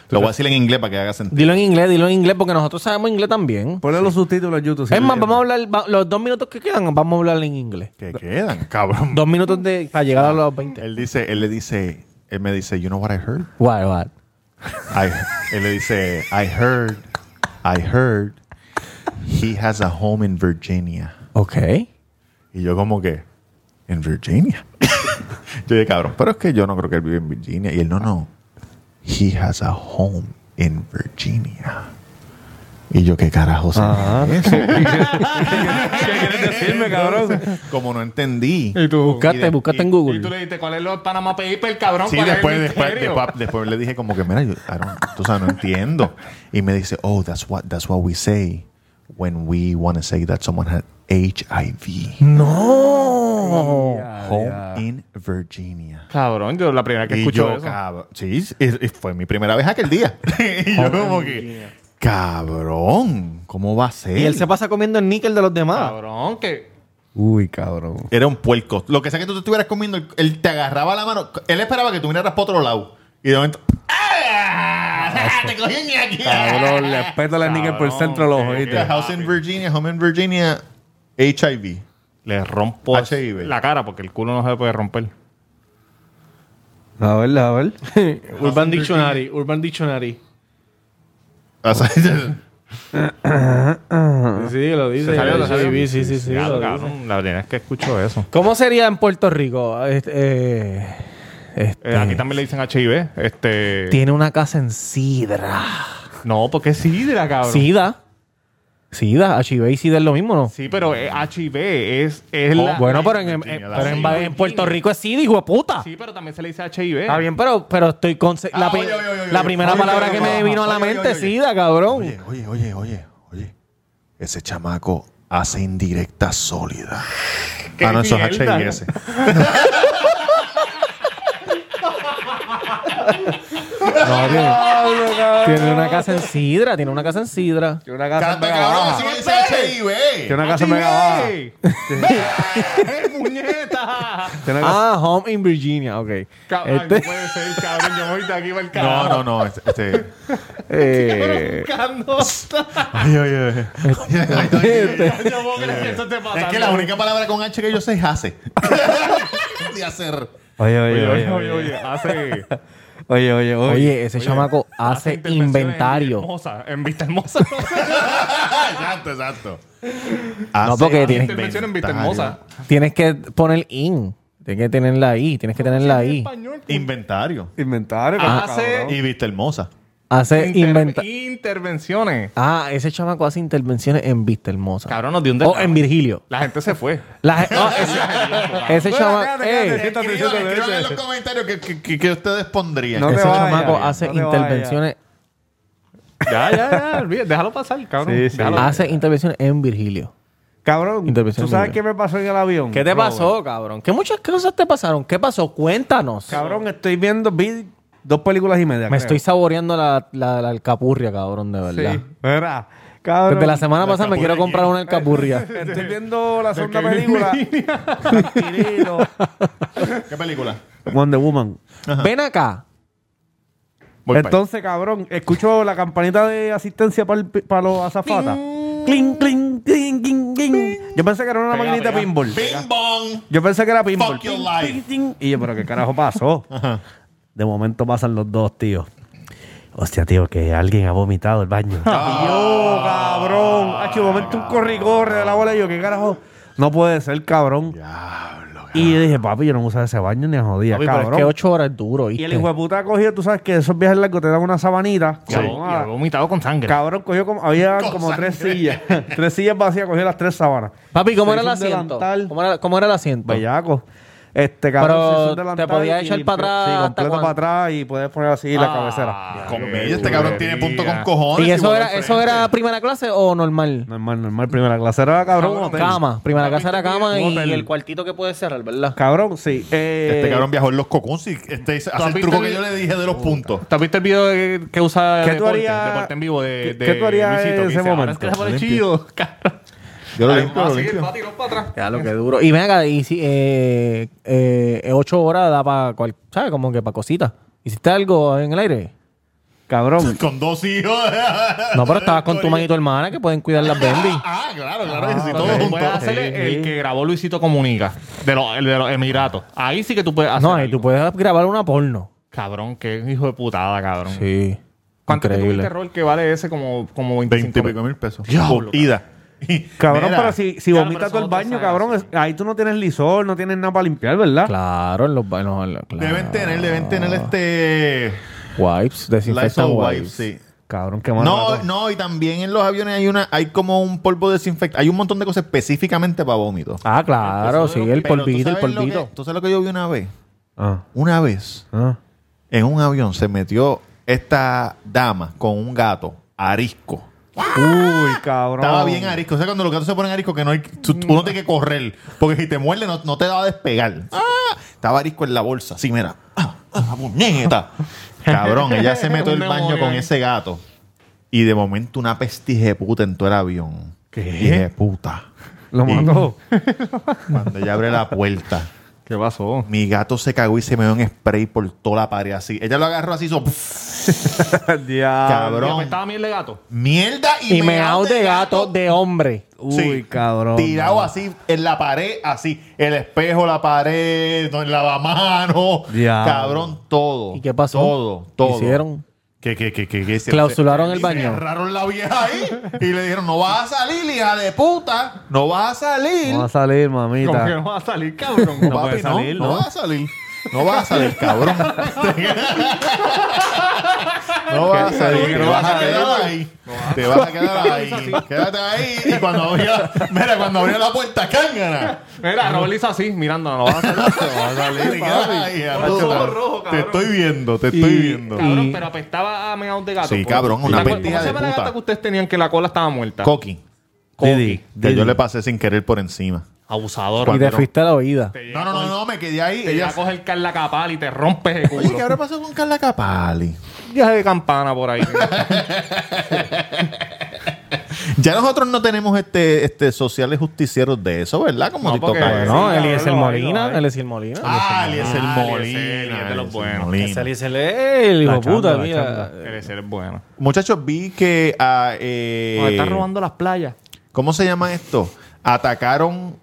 S1: Lo voy a decir en inglés para que haga sentido.
S3: Dilo en inglés, dilo en inglés, porque nosotros sabemos inglés también.
S2: Ponle los subtítulos en YouTube. si
S3: es más,
S2: quieres.
S3: vamos a hablar, va- los dos minutos que quedan, vamos a hablar en inglés.
S1: ¿Qué quedan, cabrón?
S3: Dos minutos de, para llegar a los 20.
S1: Él dice, él le dice, él me dice, you know what I heard?
S3: Guay, guay.
S1: I, él le dice, I heard, I heard, he has a home in Virginia.
S3: Ok.
S1: Y yo como que, ¿en Virginia? yo dije, cabrón, pero es que yo no creo que él vive en Virginia. Y él, no, no. He has a home in Virginia. Y yo, ¿qué carajo
S2: Ah,
S1: significa eso?
S2: ¿Qué quieres decirme, cabrón?
S1: Como no entendí.
S4: Y tú.
S1: Y
S3: Buscaste,
S1: de-
S3: buscaste en
S4: Y tú
S3: Google.
S4: le dijiste, ¿cuál es los Panama Paper, cabrón?
S1: Sí,
S4: ¿Cuál es el
S1: después, después,
S4: misterio?
S1: después, después le dije como que, mira, yo, I don't- tú sabes, no entiendo. Y me dice, oh, that's what, that's what we say when we want to say that someone had HIV.
S3: No.
S1: Home in Virginia.
S4: Cabrón, yo la primera que
S1: Y
S4: escucho
S1: yo,
S4: eso.
S1: cabrón. Sí, sí, y- y fue mi primera vez aquel día. y yo como que, cabrón, ¿cómo va a ser?
S3: Y él se pasa comiendo el níquel de los demás.
S4: Cabrón, que...
S2: Uy, cabrón.
S1: Era un puerco. Lo que sea que tú te estuvieras comiendo, él- él te agarraba la mano. Él esperaba que tú miraras para otro lado. Y de momento... ¡Ah! ¡Te cogí ni aquí!
S2: Cabrón, le espeta la níquel por el centro de los
S4: Cabrón,
S1: The
S2: ojitos.
S1: house in Virginia, home in Virginia, HIV.
S4: Le rompo
S1: HIV.
S4: la cara porque el culo no se puede romper.
S2: A ver, a ver.
S6: Urban Dictionary, Urban Dictionary.
S1: O sea,
S6: Sí, lo dice.
S4: salió, lo salió.
S6: Sí, sí, sí, sí,
S4: Ya,
S6: lo dice.
S4: cabrón, la primera vez que escucho eso.
S3: ¿Cómo sería en Puerto Rico? Este, eh,
S5: Eh,
S3: Este,
S5: aquí también le dicen HIV. Este.
S3: Tiene una casa en Sidra.
S5: No, porque es sidra, cabrón.
S3: Sida. Sida, HIV y Sida es lo mismo, ¿no?
S5: Sí, pero eh, HIV es, es
S3: Oh,
S5: la-
S3: bueno, pero en, en-
S1: Virginia, la
S3: pero en-
S1: Sida.
S3: en Puerto Rico es Sida, hijo de puta.
S5: Sí, pero también se le dice HIV.
S3: Está bien, pero, pero estoy con la,
S1: Ah,
S3: pri-
S1: oye, oye, oye,
S3: la
S1: oye.
S3: primera
S1: Oye,
S3: palabra
S1: oye,
S3: que me
S1: oye,
S3: vino a la
S1: oye,
S3: mente
S1: oye,
S3: es
S1: oye.
S3: Sida, cabrón.
S1: Oye, oye, oye, oye, oye. Ese chamaco hace indirecta sólida. Ah, no, eso es
S5: mierda.
S1: HIS.
S3: No, tiene, tiene una casa en Sidra, tiene una casa en Sidra.
S2: Tiene una casa mega
S1: cabrón,
S2: baja.
S1: así que dice
S2: Tiene
S1: HIV.
S2: una casa mega baja.
S5: ¡Puñeta!
S2: Tiene una
S3: Ah, home in Virginia, ok.
S5: Cabrón,
S3: Este-
S5: no puede ser, cabrón. Yo voy de aquí para el
S1: No,
S5: carajo.
S1: no, no. Este, este-
S2: Eh,
S1: Oye, oye, oye. Oye, oye, oye.
S5: Yo puedo creer que eso te pasa.
S1: Este, eh, Es que la única palabra con H que yo sé es hace. De hacer.
S2: Oye, oye,
S5: Oye, oye, oye,
S1: eh,
S5: oye, hace.
S2: Oye, oye, oye.
S3: Oye, ese chamaco hace
S5: intervenciones En,
S3: inventario.
S5: hermosa, en Vista Hermosa.
S1: exacto, exacto. Hace
S3: porque tiene-
S5: Intervención en Vista
S1: inventario.
S5: Hermosa.
S3: Tienes que poner in. Tienes que tenerla ahí. Tienes que tenerla ahí.
S1: Inventario.
S2: Inventario.
S3: Ah.
S5: Hace-
S2: cabrón.
S1: Y Vista Hermosa.
S3: Hace
S5: Inter-
S3: inventario.
S5: Intervenciones.
S3: Ah, ese chamaco hace intervenciones en Vista Hermosa.
S5: Cabrón, nos dio un
S3: o
S5: desgano.
S3: en Virgilio.
S5: La gente se fue.
S3: La ge- no, ese ese
S2: Bueno,
S3: chama-
S2: cállate,
S3: ey,
S2: cállate.
S1: Escriban, escriban en los comentarios que, que- que- que ustedes pondrían.
S2: No.
S3: ese
S2: te vayas,
S3: chamaco
S2: no
S3: hace
S2: te vayas.
S3: intervenciones,
S5: Ya, ya, ya. olvídate, Déjalo pasar, cabrón.
S2: Sí, Ah, sí.
S5: Déjalo.
S3: hace intervenciones en Virgilio.
S2: Cabrón,
S3: Intervención
S2: ¿tú sabes
S3: libre.
S2: qué me pasó en el avión?
S3: ¿Qué te
S2: Robert?
S3: pasó, cabrón? ¿Qué muchas cosas te pasaron? ¿Qué pasó? Cuéntanos.
S2: Cabrón, estoy viendo, vi dos películas y media.
S3: Me
S2: creo.
S3: estoy saboreando la, la, la alcapurria, cabrón, de verdad.
S2: Sí, ¿verdad? Cabrón.
S3: Desde la semana pasada me quiero comprar una alcapurria.
S2: Estoy viendo la segunda película. Tranquilito.
S1: ¿Qué película?
S2: Wonder Woman.
S3: Ven acá.
S1: Voy pa'
S2: Entonces, cabrón, escucho la campanita de asistencia para los azafatas. Cling, cling, cling, cling, cling. Yo pensé que era una maquinita de pinball.
S1: allá. Bing bong.
S2: Yo pensé que era pinball.
S1: Fuck your
S2: Ting,
S1: life.
S2: ting, ting. Y yo, pero qué carajo pasó. De momento pasan los dos, tío. Hostia, tío, que alguien ha vomitado el baño.
S1: Ah.
S2: Y yo, cabrón. Hacho, de momento un corre y corre de la bola. Y yo, qué carajo. No puede ser, cabrón. Y yo dije, papi, yo no uso ese baño ni a jodía,
S3: Papi, pero es
S2: cabrón.
S3: que ocho horas es duro,
S2: Y
S3: ¿viste?
S2: el hijo de puta cogió, tú sabes que esos viajes largos te dan una sabanita. ah,
S5: Y ha- y ha vomitado con sangre.
S2: Cabrón, cogió como, había
S1: Con
S2: como tres
S1: sangre.
S2: sillas. tres sillas vacías, cogió las tres sábanas.
S3: Papi, ¿cómo
S2: Se
S3: era el
S2: hizo un
S3: asiento?
S2: delantal.
S3: ¿Cómo era, cómo era el asiento?
S2: Pues, Bellaco. Este
S3: Pero
S2: cabrón se hizo un
S3: te
S2: delantal
S3: podías
S2: y
S3: echar para
S2: completo-
S3: atrás
S2: Sí,
S3: hasta Ah.
S2: completo
S3: cuando-
S2: para atrás y puedes poner así
S5: Ah,
S2: la cabecera.
S1: Comillas, este cabrón tiene punto con cojones.
S3: ¿Y eso
S1: voy
S3: era,
S1: al
S3: eso
S1: frente.
S3: era primera clase o normal?
S2: Normal, normal. Primera clase era cabrón. un hotel.
S3: Cama. Primera clase era cama y
S2: hotel.
S3: el cuartito que puedes cerrar, ¿verdad?
S2: Cabrón, sí. Eh,
S1: Este cabrón viajó en los cocuns y este hizo- hace el
S5: visto
S1: truco que
S5: el-
S1: yo le dije de los puntos.
S5: ¿Te has visto el video de- que usa
S2: ¿Qué tú
S5: deporte,
S2: harías-
S5: deporte en vivo de,
S2: qué-
S5: de
S2: qué tú harías en ese
S5: "Ahora
S2: momento?
S5: Es que le pone
S2: Limpio.
S5: chillo, cabrón.
S1: Yo lo
S5: Ah, sí,
S1: limpio.
S5: el pati, no, para atrás.
S3: Ya, lo que duro. Y venga, y si, eh, eh, ocho horas da para, ¿sabes? Como que para cositas. ¿Hiciste algo en el aire?
S2: Cabrón.
S1: Con dos hijos.
S3: No, pero estabas con tu manito hermana que pueden cuidar las bendis.
S1: Ah, claro, claro. que sí,
S5: Todo
S1: todo junto.
S5: puedes hacer el que grabó Luisito Comunica de los, el de los Emiratos. Ahí sí que tú puedes hacer.
S3: No, y
S5: algo.
S3: tú puedes grabar una porno.
S5: Cabrón, qué hijo de putada, cabrón.
S3: Sí.
S5: ¿Cuánto que tuviste
S3: Increíble.
S5: rol que vale ese como, como 25
S1: 20 y pico mil pesos. Diablo. Ida.
S2: Cabrón,
S1: Mira,
S2: pero si, si
S5: Ya,
S2: vomitas
S5: pero
S2: todo el
S5: son
S2: baño,
S5: otras
S2: cabrón,
S5: sagas,
S2: es- ahí tú no tienes lisol, no tienes nada para limpiar, ¿verdad?
S3: Claro, en los baños. en la- claro.
S1: Deben tener, deben tener este.
S3: Wipes,
S1: Lysol
S3: desinfectan
S1: wipes,
S3: wipes.
S1: sí.
S2: Cabrón, qué malo.
S1: No, no, y también en los aviones hay una, hay como un polvo desinfectante. Hay un montón de cosas específicamente para vómitos.
S3: Ah, claro, sí, el
S1: Pero tú
S3: polvito, el
S1: sabes lo
S3: polvito.
S1: que- ¿Tú sabes lo que yo vi una vez?
S2: Ah,
S1: Una vez
S2: ah.
S1: en un avión se metió esta dama con un gato arisco.
S2: Uy, cabrón.
S1: Estaba bien arisco. O sea, cuando los gatos se ponen arisco, que no hay, tú, tú no tienes que correr. Porque si te muerde, no, no te va a despegar. ¡Ah! Estaba arisco en la bolsa. Sí, mira. ¡Ah! ¡Ah! ¡La puñeta! Cabrón, ella se metió
S5: Un
S1: el baño
S5: demonio
S1: con
S5: ahí.
S1: ese gato. Y de momento una pestije de puta entró al avión. ¿Qué? de puta.
S2: Lo
S1: Y
S2: mató.
S1: Cuando ella abre la puerta,
S5: ¿Qué pasó?
S1: mi gato se cagó y se me dio un spray por toda la pared así. Ella lo agarró así, hizo... pff,
S2: Diablo.
S1: Cabrón.
S5: Cabrón. Estaba miel de gato.
S1: ¡Mierda! Y,
S3: Y meao de gato de hombre.
S2: Uy, cabrón.
S1: Tirado así en la pared, así. El espejo, la pared, el lavamano.
S2: Diablo.
S1: Cabrón, todo.
S3: ¿Y qué pasó?
S1: Todo, todo.
S3: Hicieron.
S1: Que, que, que, que, que se-
S3: Clausuraron
S1: se-
S3: el baño.
S1: Cerraron la vieja ahí y le dijeron: No vas a salir, hija de puta. No vas a salir.
S2: No va a salir,
S5: ¿Cómo que
S2: mamita.
S5: no va a salir, cabrón?
S1: Papi,
S2: puede salir,
S1: no,
S2: ¿no?
S1: vas a salir. No vas a salir, cabrón. no vas a salir. Te vas a quedar ahí. Te vas a quedar ahí. Quédate ahí. Y cuando abría, mira, cuando abría la puerta, cángana.
S5: Mira, Robert hizo así, mirándonos. no vas a hacer.
S1: Te quedas ahí, arracho, cabrón. Te estoy viendo, te estoy viendo.
S5: Cabrón, pero apestaba a meados de gato.
S1: Sí, cabrón,
S5: ¿Y
S1: una
S5: la co-
S1: pendeja de
S5: ¿Cómo se llama la
S1: puta.
S5: gata que ustedes tenían que la cola estaba muerta?
S1: Coqui.
S2: Didi,
S1: Que yo
S2: Didi.
S1: le pasé sin querer por encima.
S5: Abusador.
S3: Y te fuiste a la oída.
S1: No, no, no, no, me quedé ahí.
S5: Te llega a coger Carla Capal y te rompes el
S1: Oye, ¿qué
S5: culo.
S1: habrá pasado con Carla Capali?
S5: Viaje de campana por ahí.
S1: Ya nosotros no tenemos este, este sociales justicieros de eso, ¿verdad? Como
S5: No,
S1: TikTok.
S5: porque-
S3: No,
S5: Sí,
S3: Eliezer
S5: hablo,
S3: Molina,
S5: hablo,
S3: Eliezer Molina.
S1: Ah, Eliezer
S5: Ah,
S1: Molina.
S5: Eliezer, es de los
S1: Eliezer
S5: buenos.
S1: Molina.
S3: Ese Eliezer, eh, el hijo
S2: La chamba,
S3: puta,
S2: la
S3: mira.
S2: chamba.
S5: Debe ser bueno.
S1: Muchachos, vi que... ah, eh,
S5: Nos están robando las playas.
S1: ¿Cómo se llama esto? Atacaron...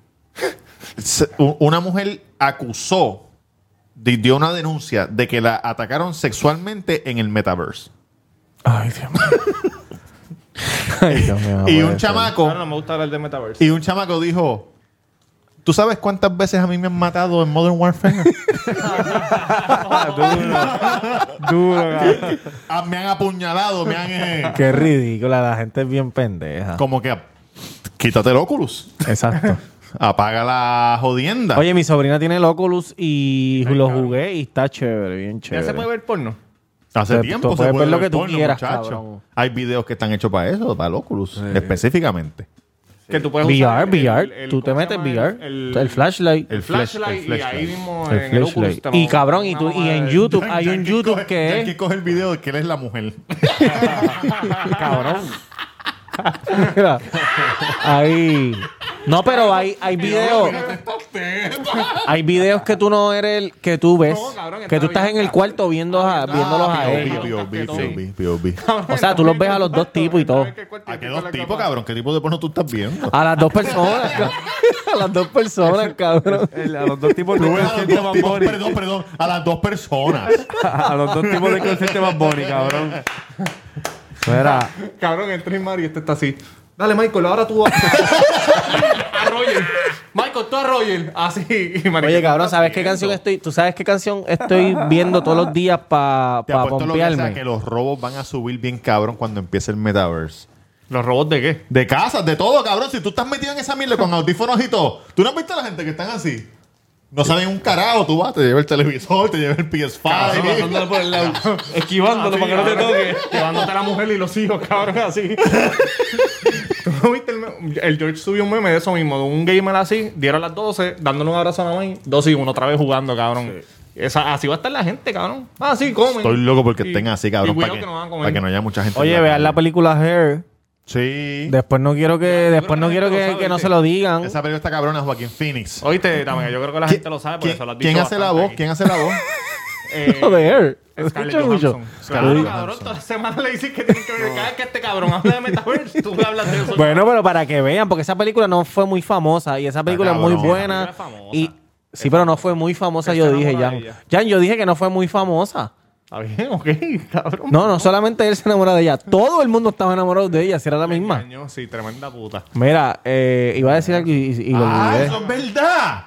S1: se- u- Una mujer acusó, di- dio una denuncia de que la atacaron sexualmente en el metaverse.
S3: Ay, Dios mío. Ay, Dios mío.
S1: y un chamaco...
S5: Claro, no me gusta hablar de metaverso.
S1: Y un chamaco dijo... ¿Tú sabes cuántas veces a mí me han matado en Modern Warfare?
S3: Duro, cabrón.
S1: Ah, me han apuñalado, me han... eh,
S3: Qué ridícula, la gente es bien pendeja.
S1: Ah. como que... Quítate el Oculus.
S3: Exacto.
S1: Apaga la jodienda.
S3: Oye, mi sobrina tiene el Oculus y lo jugué y está chévere, bien
S5: ¿Ya se puede
S3: chévere.
S5: ver porno?
S1: Hace
S3: Tú
S1: tiempo
S3: pues, puedes
S1: se
S3: ver
S1: puede
S3: lo que tú quieras,
S1: muchacho.
S3: cabrón.
S1: Hay videos que están hechos para eso, para el Oculus, específicamente.
S5: Que tú puedes
S3: VR,
S5: usar el-
S3: VR.
S5: el- el-
S3: tú te
S5: ¿cómo se
S3: metes
S5: llama?
S3: VR. El,
S5: El, el
S3: flashlight.
S1: El flash-
S5: flashlight
S1: el
S5: y ahí
S1: flashlight.
S5: mismo
S3: El
S5: en el Oculus
S3: flashlight.
S5: te lo-
S3: Y cabrón, y, tú,
S5: una
S3: y en
S5: mamá-
S3: YouTube, hay un YouTube que
S1: El
S3: es... Ah,
S1: que coge el video de que él es la mujer.
S3: cabrón. Mira, ahí. No, pero hay, hay videos. Hay videos que tú no eres el que tú ves.
S5: No, cabrón,
S3: que tú
S5: está
S3: estás en
S5: bien. Ah,
S3: el cuarto viendo a- viéndolos a ellos.
S1: B.O.B., B.O.B., B.O.B., B.O.B.
S3: O sea, tú los ves a los dos tipos y todo.
S1: ¿A qué dos tipos, cabrón? ¿Qué tipo de porno tú estás viendo?
S3: A las dos personas. cabrón. a las dos personas, cabrón.
S2: El- a los dos tipos de
S1: Tú ves a los
S2: concierto de
S1: dos
S2: Bad
S1: tipos-
S2: Bunny.
S1: perdón, perdón, a las dos personas.
S2: A los dos tipos de concierto de Bad Bunny, cabrón.
S3: Mira,
S5: Cabrón, entra Mario y este está así. Dale, Michael, ahora tú vas. a Roger. Michael, tú a Roger. Así. Y Mario,
S3: oye, cabrón, ¿sabes qué canción estoy? ¿Tú sabes qué canción estoy viendo todos los días para
S1: Te apuesto lo que sea
S3: pompearme?
S1: que los robos van a subir bien cabrón cuando empiece el metaverse.
S5: ¿Los robots de qué?
S1: De casas, de todo, cabrón. Si tú estás metido en esa mierda con audífonos y todo, ¿tú no has visto a la gente que están así? No saben un carajo, tú vas, te lleva el televisor, te lleva el PS5.
S5: Pasándolo por el lado. Esquivándolo para que no te toque. Llevándote a la mujer y los hijos, cabrón, así. ¿Tú no viste el, meme? el George subió un meme de eso mismo, de un gamer así, dieron las 12, dándole un abrazo a la main, 12 y 1 otra vez jugando, cabrón. Esa, así va a estar la gente, cabrón. Ah, sí, comen.
S1: Estoy loco porque
S5: Y-
S1: estén así, cabrón,
S5: y
S1: para
S5: cuidado
S1: que,
S5: que no van a comer.
S1: para que no haya mucha gente. en
S3: Oye, vean la
S1: calle.
S3: película Hair.
S1: Sí.
S3: Después no quiero que, después
S5: que
S3: no
S5: la
S3: quiero
S5: gente
S3: que,
S5: lo sabe,
S3: que no
S5: ¿viste?
S3: se lo digan.
S1: Esa película está cabrona, Joaquín Phoenix.
S5: Oíste, también, yo creo que la gente lo sabe porque
S1: ¿Quién,
S5: se lo has dicho
S1: quién hace la voz?
S5: bastante
S1: ¿Quién hace la voz?
S5: aquí. Eh,
S3: Lo de Air.
S5: Scarlett
S3: Escucha mucho.
S5: Johansson.
S1: Scarlett
S5: Claro,
S1: Johansson.
S5: cabrón, todas las semanas le dicen que tienen que ver. Cada vez que este cabrón habla de Metaverse, tú hablas de eso.
S3: Bueno, pero para que vean, porque esa película no fue muy famosa y esa película es muy
S1: cabrona.
S3: buena.
S5: Esa película es
S3: Y sí, pero no fue muy famosa,
S5: Está
S3: yo dije,
S5: enamorada
S3: Jan.
S5: de ella.
S3: Jan, yo dije que no fue muy famosa.
S5: Está bien, ok, cabrón.
S3: No, no, solamente él se enamoró de ella. Todo el mundo estaba enamorado de ella, si era la misma.
S5: Este Año, sí, tremenda puta.
S3: Mira, eh, iba a decir algo y, y- y lo
S1: ¡Ah,
S3: olvidé.
S1: eso es verdad!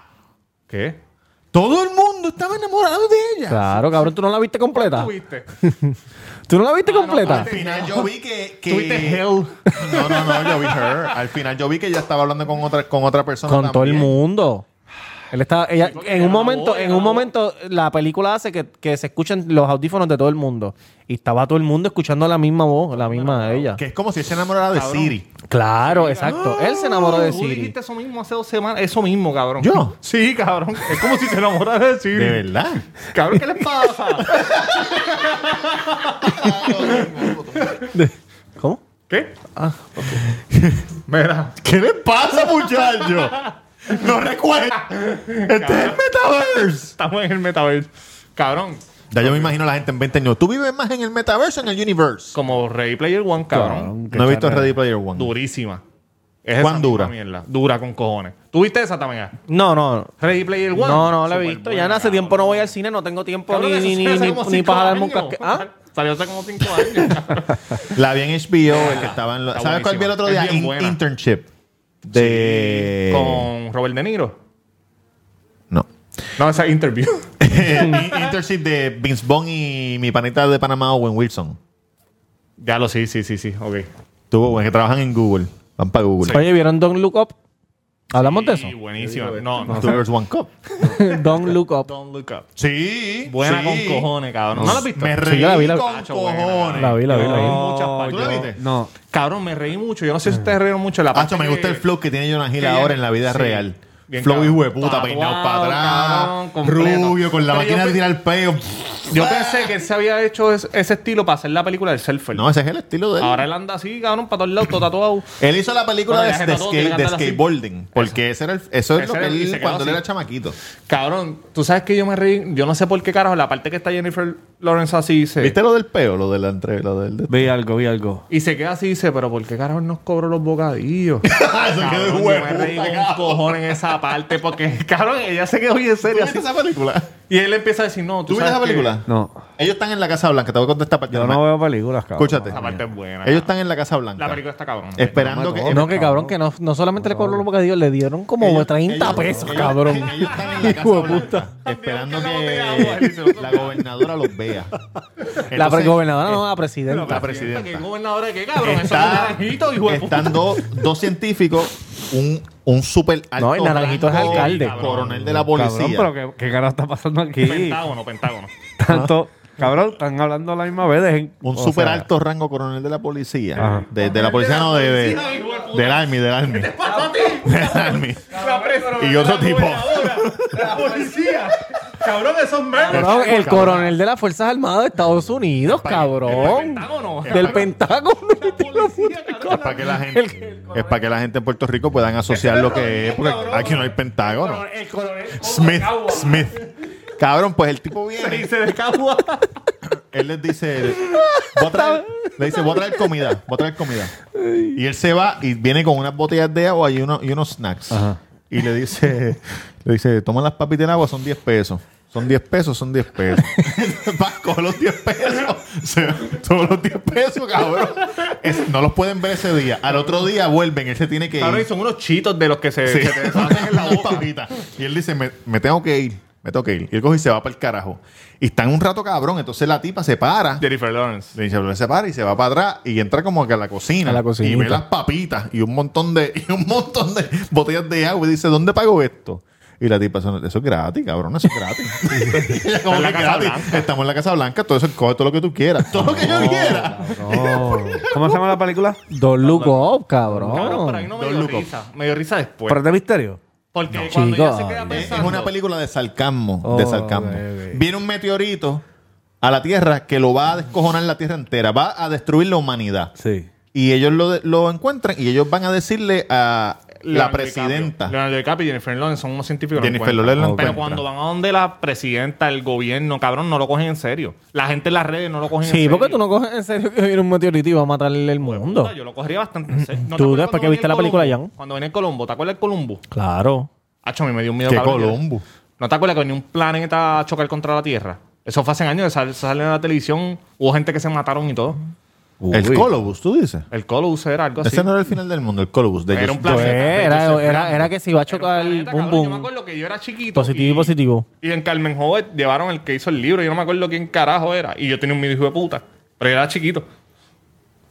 S5: ¿Qué?
S1: Todo el mundo estaba enamorado de ella.
S3: Claro, cabrón, tú no la viste completa.
S5: ¿Tuviste?
S3: ¿Tú no la
S5: Ah,
S3: viste completa?
S1: Al final yo vi que... que...
S5: ¿Tuviste Hell?
S1: No, no, no, yo vi her. Al final yo vi que ella estaba hablando con otra, con otra persona
S3: Con todo el
S1: también.
S3: mundo. Él estaba, ella, en
S5: ella
S3: un
S5: grabó,
S3: momento,
S5: ella
S3: en un
S5: grabó.
S3: momento, la película hace que, que se escuchen los audífonos de todo el mundo. Y estaba todo el mundo escuchando la misma voz, la misma de ella.
S1: Que es como si él se enamorara de Siri.
S3: Claro, exacto.
S5: ah,
S3: Él se enamoró de
S5: Tú
S3: Siri.
S5: dijiste eso mismo hace dos semanas. Eso mismo, cabrón.
S1: ¿Yo?
S5: Sí, cabrón. Es como si se enamorara de Siri.
S1: De verdad.
S5: Cabrón, ¿qué les pasa?
S3: ¿Cómo?
S5: ¿Qué? Ah, ok. Mira.
S1: ¿Qué le pasa, muchacho? No recuerda. Este es el metaverse.
S5: Estamos en el metaverso. Cabrón.
S1: Ya yo me imagino la gente en 20 años. ¿Tú vives más en el metaverso o en el universe?
S5: Como Ready Player One, cabrón.
S1: No he visto Ready Player One.
S5: Durísima.
S1: ¿Cuán
S5: Es esa misma
S1: dura?
S5: Mierda. Dura con cojones. ¿Tuviste esa también?
S3: No, no.
S5: Ready Player One.
S3: No, no la he
S5: Súper
S3: visto.
S5: buena,
S3: Ya hace
S5: cabrón.
S3: tiempo no voy al cine, no tengo tiempo
S5: Cabrón,
S3: ni,
S5: eso
S3: ni, ni,
S5: salió hace
S3: ni,
S5: como
S3: ni
S5: cinco
S3: para darme un
S5: años.
S3: casque. ¿Ah?
S5: Salió hace como cinco años. cabrón.
S1: La vi en HBO, el que estaba en la-
S5: Está
S1: ¿Sabes cuál vi el
S5: buenísima.
S1: otro
S5: Es
S1: día?
S5: bien
S1: In-
S5: buena.
S1: internship. De.
S3: Eh.
S5: Con Robert De Niro.
S1: No.
S5: No, esa interview.
S1: internship de Vince Bond y mi panita de Panamá, Owen Wilson.
S5: Ya lo sí, sí, sí, sí. Ok.
S1: Tuvo, bueno, que trabajan en Google. Van para Google.
S3: Oye, ¿vieron Don't Look Up? ¿Hablamos de eso?
S5: Sí, buenísimo. No, no.
S1: Two birds, one cup.
S3: Don't Look Up.
S5: Don't look up.
S1: Sí.
S5: Buena
S1: sí.
S5: con cojones, cabrón.
S1: ¿No la has visto? Me reí
S3: yo la vi, la-
S1: con
S5: Cacho, buena.
S1: cojones.
S3: La vi, la vi, la vi.
S5: No, muchas partes.
S1: ¿Tú la viste?
S6: No.
S5: Cabrón, me reí mucho. Yo no sé si ustedes rieron mucho. La
S1: Hacho,
S5: parte
S1: me gusta
S5: que-
S1: el flow que tiene Jonah Hill
S5: que
S1: ahora
S5: ya-
S1: en la vida
S5: sí.
S1: real.
S5: Bien
S1: flow
S5: cabrón.
S1: hijo de puta,
S5: Tatuado,
S1: peinado para atrás,
S5: cabrón, completo.
S1: rubio, con la
S5: Pero yo
S1: máquina de
S5: pe-
S1: tirar peo.
S5: Yo pensé que él se había hecho es- ese estilo para hacer la película del Surfer.
S1: No, ese es el estilo de él.
S5: Ahora él anda así, cabrón, para todos lados, todo tatuado.
S1: Él hizo la película
S5: Bueno,
S1: de,
S5: ya
S1: de
S5: se notó,
S1: skate-
S5: tiene que
S1: de
S5: andar así.
S1: skateboarding. Porque ese era el- eso es
S5: Ese
S1: lo que
S5: era el- y
S1: él,
S5: se quedó
S1: cuando él
S5: así.
S1: era chamaquito.
S5: Cabrón, tú sabes que yo me reí. Yo no sé por qué carajo. La parte que está Jennifer Lawrence así dice.
S1: ¿Viste lo del peo? Lo de la entre- lo del... de-
S2: Vi algo, vi algo.
S5: Y se queda así y dice, pero ¿por qué carajo nos cobró los bocadillos?
S1: Se quedó
S5: Cabrón,
S1: el
S5: yo
S1: huevo,
S5: me reí
S1: puta,
S5: con un
S1: cabrón.
S5: cojón en esa parte porque, cabrón, ella se quedó bien
S1: ¿Tú
S5: seria.
S1: viste
S5: así.
S1: esa película?
S5: Y él empieza a decir, no,
S1: ¿Tú
S5: tú,
S1: viste
S5: sabes
S1: esa
S5: que-
S1: película?
S2: No.
S1: Ellos están en la Casa Blanca. Te voy a contestar para
S2: Yo no veo películas, cabrón.
S1: Escúchate.
S5: Esa parte es buena.
S1: Ellos
S5: cabrón.
S1: están en la Casa Blanca.
S5: La película está cabrón.
S1: Esperando
S2: No me
S1: que...
S2: toques.
S3: No, que cabrón, que no, no solamente le cobró los bocadillos, le dieron como
S1: Ellos-
S3: 30
S1: ellos-
S3: pesos,
S1: ellos-
S3: cabrón.
S1: ellos están en la Casa
S3: Hijo de
S1: Blanca,
S3: puta.
S1: Esperando
S5: También que la botella de agua, él dice,
S1: que la gobernadora los vea.
S3: La
S1: Entonces,
S3: gobernadora
S5: eh,
S3: no, la presidenta.
S1: la
S5: ¿Qué
S1: presidenta.
S5: gobernadora de qué, cabrón? Eso es
S1: Está,
S5: naranjito, hijo de puta.
S1: están dos, dos científicos, un, un super alto.
S3: No, el naranjito es
S1: rango,
S3: alcalde.
S1: Coronel de la
S2: Cabrón,
S1: policía.
S2: pero ¿qué, qué carajo está pasando aquí?
S5: Pentágono, pentágono.
S2: Tanto, cabrón, están hablando a la misma vez. dejen-
S1: un
S2: o
S1: super
S2: sea,
S1: alto rango coronel de la policía.
S2: Ajá.
S1: De, de la policía, no, de, de- del army, del army. Del army. Y otro tipo.
S5: La policía. Cabrón, esos memes.
S3: Cabrón, el coronel de las Fuerzas Armadas de Estados Unidos, cabrón.
S5: Pentágono.
S3: Del Pentágono.
S1: Es para que la gente, es para que la gente en Puerto Rico puedan asociar lo que es, porque aquí no hay pentágono. Smith, Smith. Cabrón, pues el tipo viene,
S5: Dice de Cagua.
S1: él les dice, "Voy a traer-" le dice, voy a traer comida, voy a traer comida. Y él se va y viene con unas botellas de agua y, uno- y unos snacks. Y le dice, le dice, toma las papitas en agua, son 10 pesos. Son 10 pesos, son 10 pesos. Va, coge los 10 pesos. Se- Todos los 10 pesos, cabrón. Es- no los pueden ver ese día. Al otro día vuelven, él se tiene que
S5: Cabrón, y
S1: ir.
S5: son unos chitos de los que se,
S1: Sí.
S5: se te deshacen en la
S1: Las
S5: boca.
S1: papitas. Y él dice, me, me tengo que ir, me tengo que ir. Y él coge y se va para el carajo. Y están un rato cabrón, entonces la tipa se para.
S5: Jennifer Lawrence.
S1: Le dice, "Pero él se para y se va para atrás y entra como que a la cocina.
S3: A la
S1: y
S3: cocinita.
S1: ve las papitas y un montón de, y un montón de botellas de agua y dice, ¿dónde pago esto? Y la tipa, eso eso es gratis, cabrón, eso es gratis. Y ella, como
S5: Está en la
S1: que
S5: Casa
S1: gratis.
S5: Blanca. Oh,
S1: Estamos en la Casa Blanca, todo eso, coge todo lo que tú quieras, todo lo que yo quiera.
S2: no. ¿Cómo se llama la película?
S3: Don Look Up,
S5: Cabrón, pero ahí
S3: cabrón.
S5: no
S1: Don
S5: me dio
S1: Luco.
S5: risa. Me dio risa después.
S2: ¿Pero es de misterio?
S5: Porque cuando
S3: Chico,
S5: ella se queda
S3: eh,
S1: Es,
S5: pensando...
S1: una película de sarcasmo, de
S2: Oh,
S1: sarcasmo.
S2: ok, ok.
S1: Viene un meteorito a la Tierra que lo va a descojonar la Tierra entera, va a destruir la humanidad.
S2: Sí.
S1: Y ellos lo, de- lo encuentran y ellos van a decirle a la
S5: Leonardo
S1: presidenta.
S5: DiCaprio. Leonardo DiCaprio y Jennifer Lawrence son unos científicos. que no
S1: Jennifer
S5: encuentran.
S1: Lawrence lo
S5: Pero
S1: encuentra.
S5: cuando van a donde la presidenta, el gobierno, cabrón, no lo cogen en serio. La gente en las redes no lo cogen en
S3: Sí,
S5: serio. Pues,
S3: porque tú no coges en serio que viene un meteorito y va a matarle el mundo.
S5: Puta, Yo lo cogería bastante en serio. ¿No te
S3: Mm, Tú,
S5: acuerdas
S3: después
S5: cuando
S3: que
S5: venía
S3: viste
S5: el
S3: la película,
S5: Columbo?
S3: Jan.
S5: Cuando viene el Colombo, ¿te acuerdas el Colombo?
S3: Claro.
S5: Hacho, a mí me dio un miedo.
S1: ¿Qué
S5: cabrón.
S1: Columbo?
S5: ¿No te acuerdas que venía un planeta a chocar contra la Tierra? Eso fue hace años, sal- sale en la televisión, hubo gente que se mataron y todo.
S1: El Colobus, tú dices.
S5: El Colobus era algo así.
S1: Ese no era el final del mundo, el Colobus. De
S5: Era
S1: Josh-
S5: un plan-
S3: Pues, era, era, era que se iba a
S5: Era un
S3: chocar el
S5: planeta,
S3: boom
S5: cabrón, Yo me
S3: boom.
S5: acuerdo que yo era chiquito.
S3: Positivo y positivo.
S5: Y en Carmen Jovet llevaron el que hizo el libro. Yo no me acuerdo quién carajo era. Y yo tenía un miedo hijo de puta. Pero yo era chiquito.
S1: ¿Tú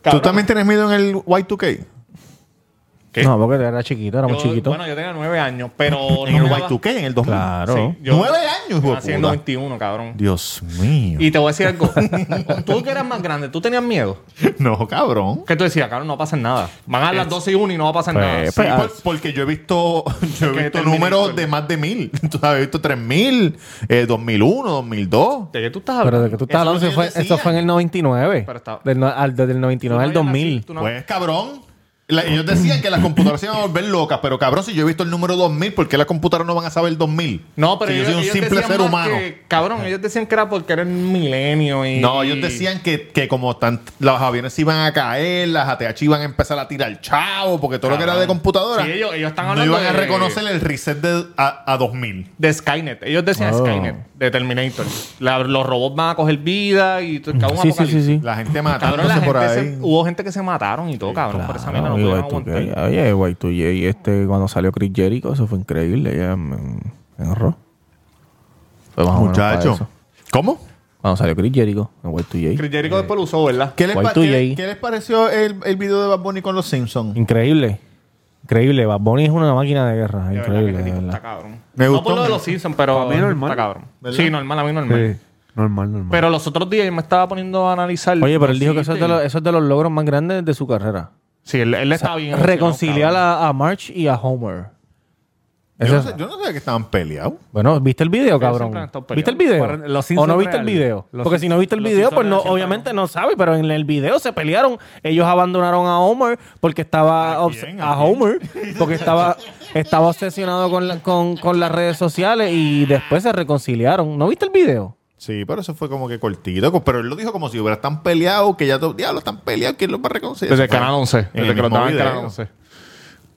S5: Cabrón.
S1: también tienes miedo en el Y2K?
S5: ¿Qué?
S3: No, porque era chiquito, era muy
S5: Yo-
S3: chiquito.
S5: Bueno, yo tenía nueve años, pero...
S1: En el
S5: no me daba-
S1: Y2K, en el 2000.
S3: Claro.
S5: Sí, yo-
S1: Nueve años, hijo de
S5: Nací en
S1: puta.
S5: 91, cabrón.
S1: Dios mío.
S5: Y te voy a decir algo. tú que eras más grande, ¿tú tenías miedo?
S1: No, cabrón.
S5: Que tú decías, cabrón, no va a pasar nada. Van a las 12 y 1 y no va a pasar nada.
S1: Sí, por- porque yo he visto, yo he
S5: Que
S1: visto
S5: terminé
S1: números
S5: con-
S1: de más de mil. Tú sabes, he visto 3000, eh, 2001, 2002.
S5: ¿De qué tú estás
S3: Pero
S5: hablando?
S3: de que tú estás
S1: Eso
S3: hablando,
S1: es lo
S3: eso
S1: que
S3: fue,
S1: yo decía.
S3: eso fue en el 99.
S5: Pero está-
S3: Del, no- al, desde el 99 al
S5: Tú no habías
S3: 2000.
S5: nacido, tú no-
S1: Pues, cabrón. la- ellos decían que las computadoras se iban a volver locas, pero cabrón, si yo he visto el número 2000, ¿por qué las computadoras no van a saber 2000?
S5: No,
S1: Pues,
S5: pero
S1: Si yo
S5: ellos,
S1: soy un
S5: ellos
S1: simple
S5: decían
S1: ser
S5: más
S1: humano.
S5: que- cabrón, ellos decían que era porque era un milenio y...
S1: No, ellos decían que, que como tan, los aviones iban a caer, las ATH iban a empezar a tirar chavo, porque todo lo que era de computadora.
S5: Sí, ellos- ellos están
S1: no
S5: hablando
S1: iban a
S5: de-
S1: reconocer el reset de, a, a 2000.
S5: De Skynet. Ellos decían
S3: Oh.
S5: Skynet, de Terminator. La- los robots van a coger vida y todo. cabrón,
S3: Sí, sí,
S5: apocalipsis.
S3: sí, sí.
S1: La gente
S5: Cabrón, la
S1: matándose
S5: gente
S1: por
S5: se-
S1: ahí.
S5: hubo gente que se mataron y todo, cabrón. por esa mina no pudieron aguantar.
S6: Oye, guay, tú y este, cuando salió Chris Jericho, eso fue increíble. Ya me, me honró.
S3: Fue más o menos para
S1: Muchacho.
S3: eso.
S1: ¿Cómo?
S3: Cuando salió Chris Jericho en Y2J.
S5: Chris Jericho después lo usó, ¿verdad?
S1: ¿Qué les, pa-
S3: Y2J.
S1: qué- qué les pareció el, el video de Bad Bunny con los Simpsons?
S3: Increíble. Increíble. Bad Bunny es una máquina de guerra.
S5: De verdad que
S3: Increíble.
S5: este
S3: de
S5: tipo
S3: verdad.
S5: Está cabrón.
S1: Me
S5: no
S1: gustó.
S5: por lo de los Simpsons, pero
S2: A mí normal.
S5: está cabrón.
S1: ¿Verdad?
S5: Sí, normal, a mí normal.
S2: Normal, normal.
S5: Pero los otros días yo me estaba poniendo a analizar.
S3: Oye, pero él
S5: los
S3: dijo que eso es, de
S5: chistes.
S3: los, eso es de los logros más grandes de su carrera.
S5: Sí, él, él estaba bien. emocionado,
S3: Reconciliar a, a March y a Homer.
S1: Yo, no
S3: Eso-
S1: sé- yo no sabía que estaban peleados.
S3: Bueno, ¿viste el video,
S5: siempre han
S3: cabrón?
S5: estado
S3: ¿Viste el
S5: peleados.
S3: video?
S2: Por- los
S3: ¿O no
S2: Simpsons
S3: viste el
S2: reales.
S3: video?
S2: Los
S3: Porque si no viste el
S2: Simpsons-
S3: video,
S2: los
S3: pues no,
S2: Simpsons reales
S3: obviamente no sabe, pero en el video se pelearon. Ellos abandonaron a Homer porque estaba obs-
S1: quién?
S3: a,
S1: ¿A
S3: Homer porque estaba estaba obsesionado con, la- con, con las redes sociales y después se reconciliaron. ¿No viste el video?
S1: Sí, pero eso fue como que cortito. co- Pero él lo dijo como si hubieran tan peleados, que ya todo diablo están peleados, ¿quién los va a reconciliar?
S5: Desde
S1: Eso fue
S5: Canal 11.
S1: en el
S5: Desde que lo
S1: mismo
S5: daban en
S1: video.
S5: Canal 11.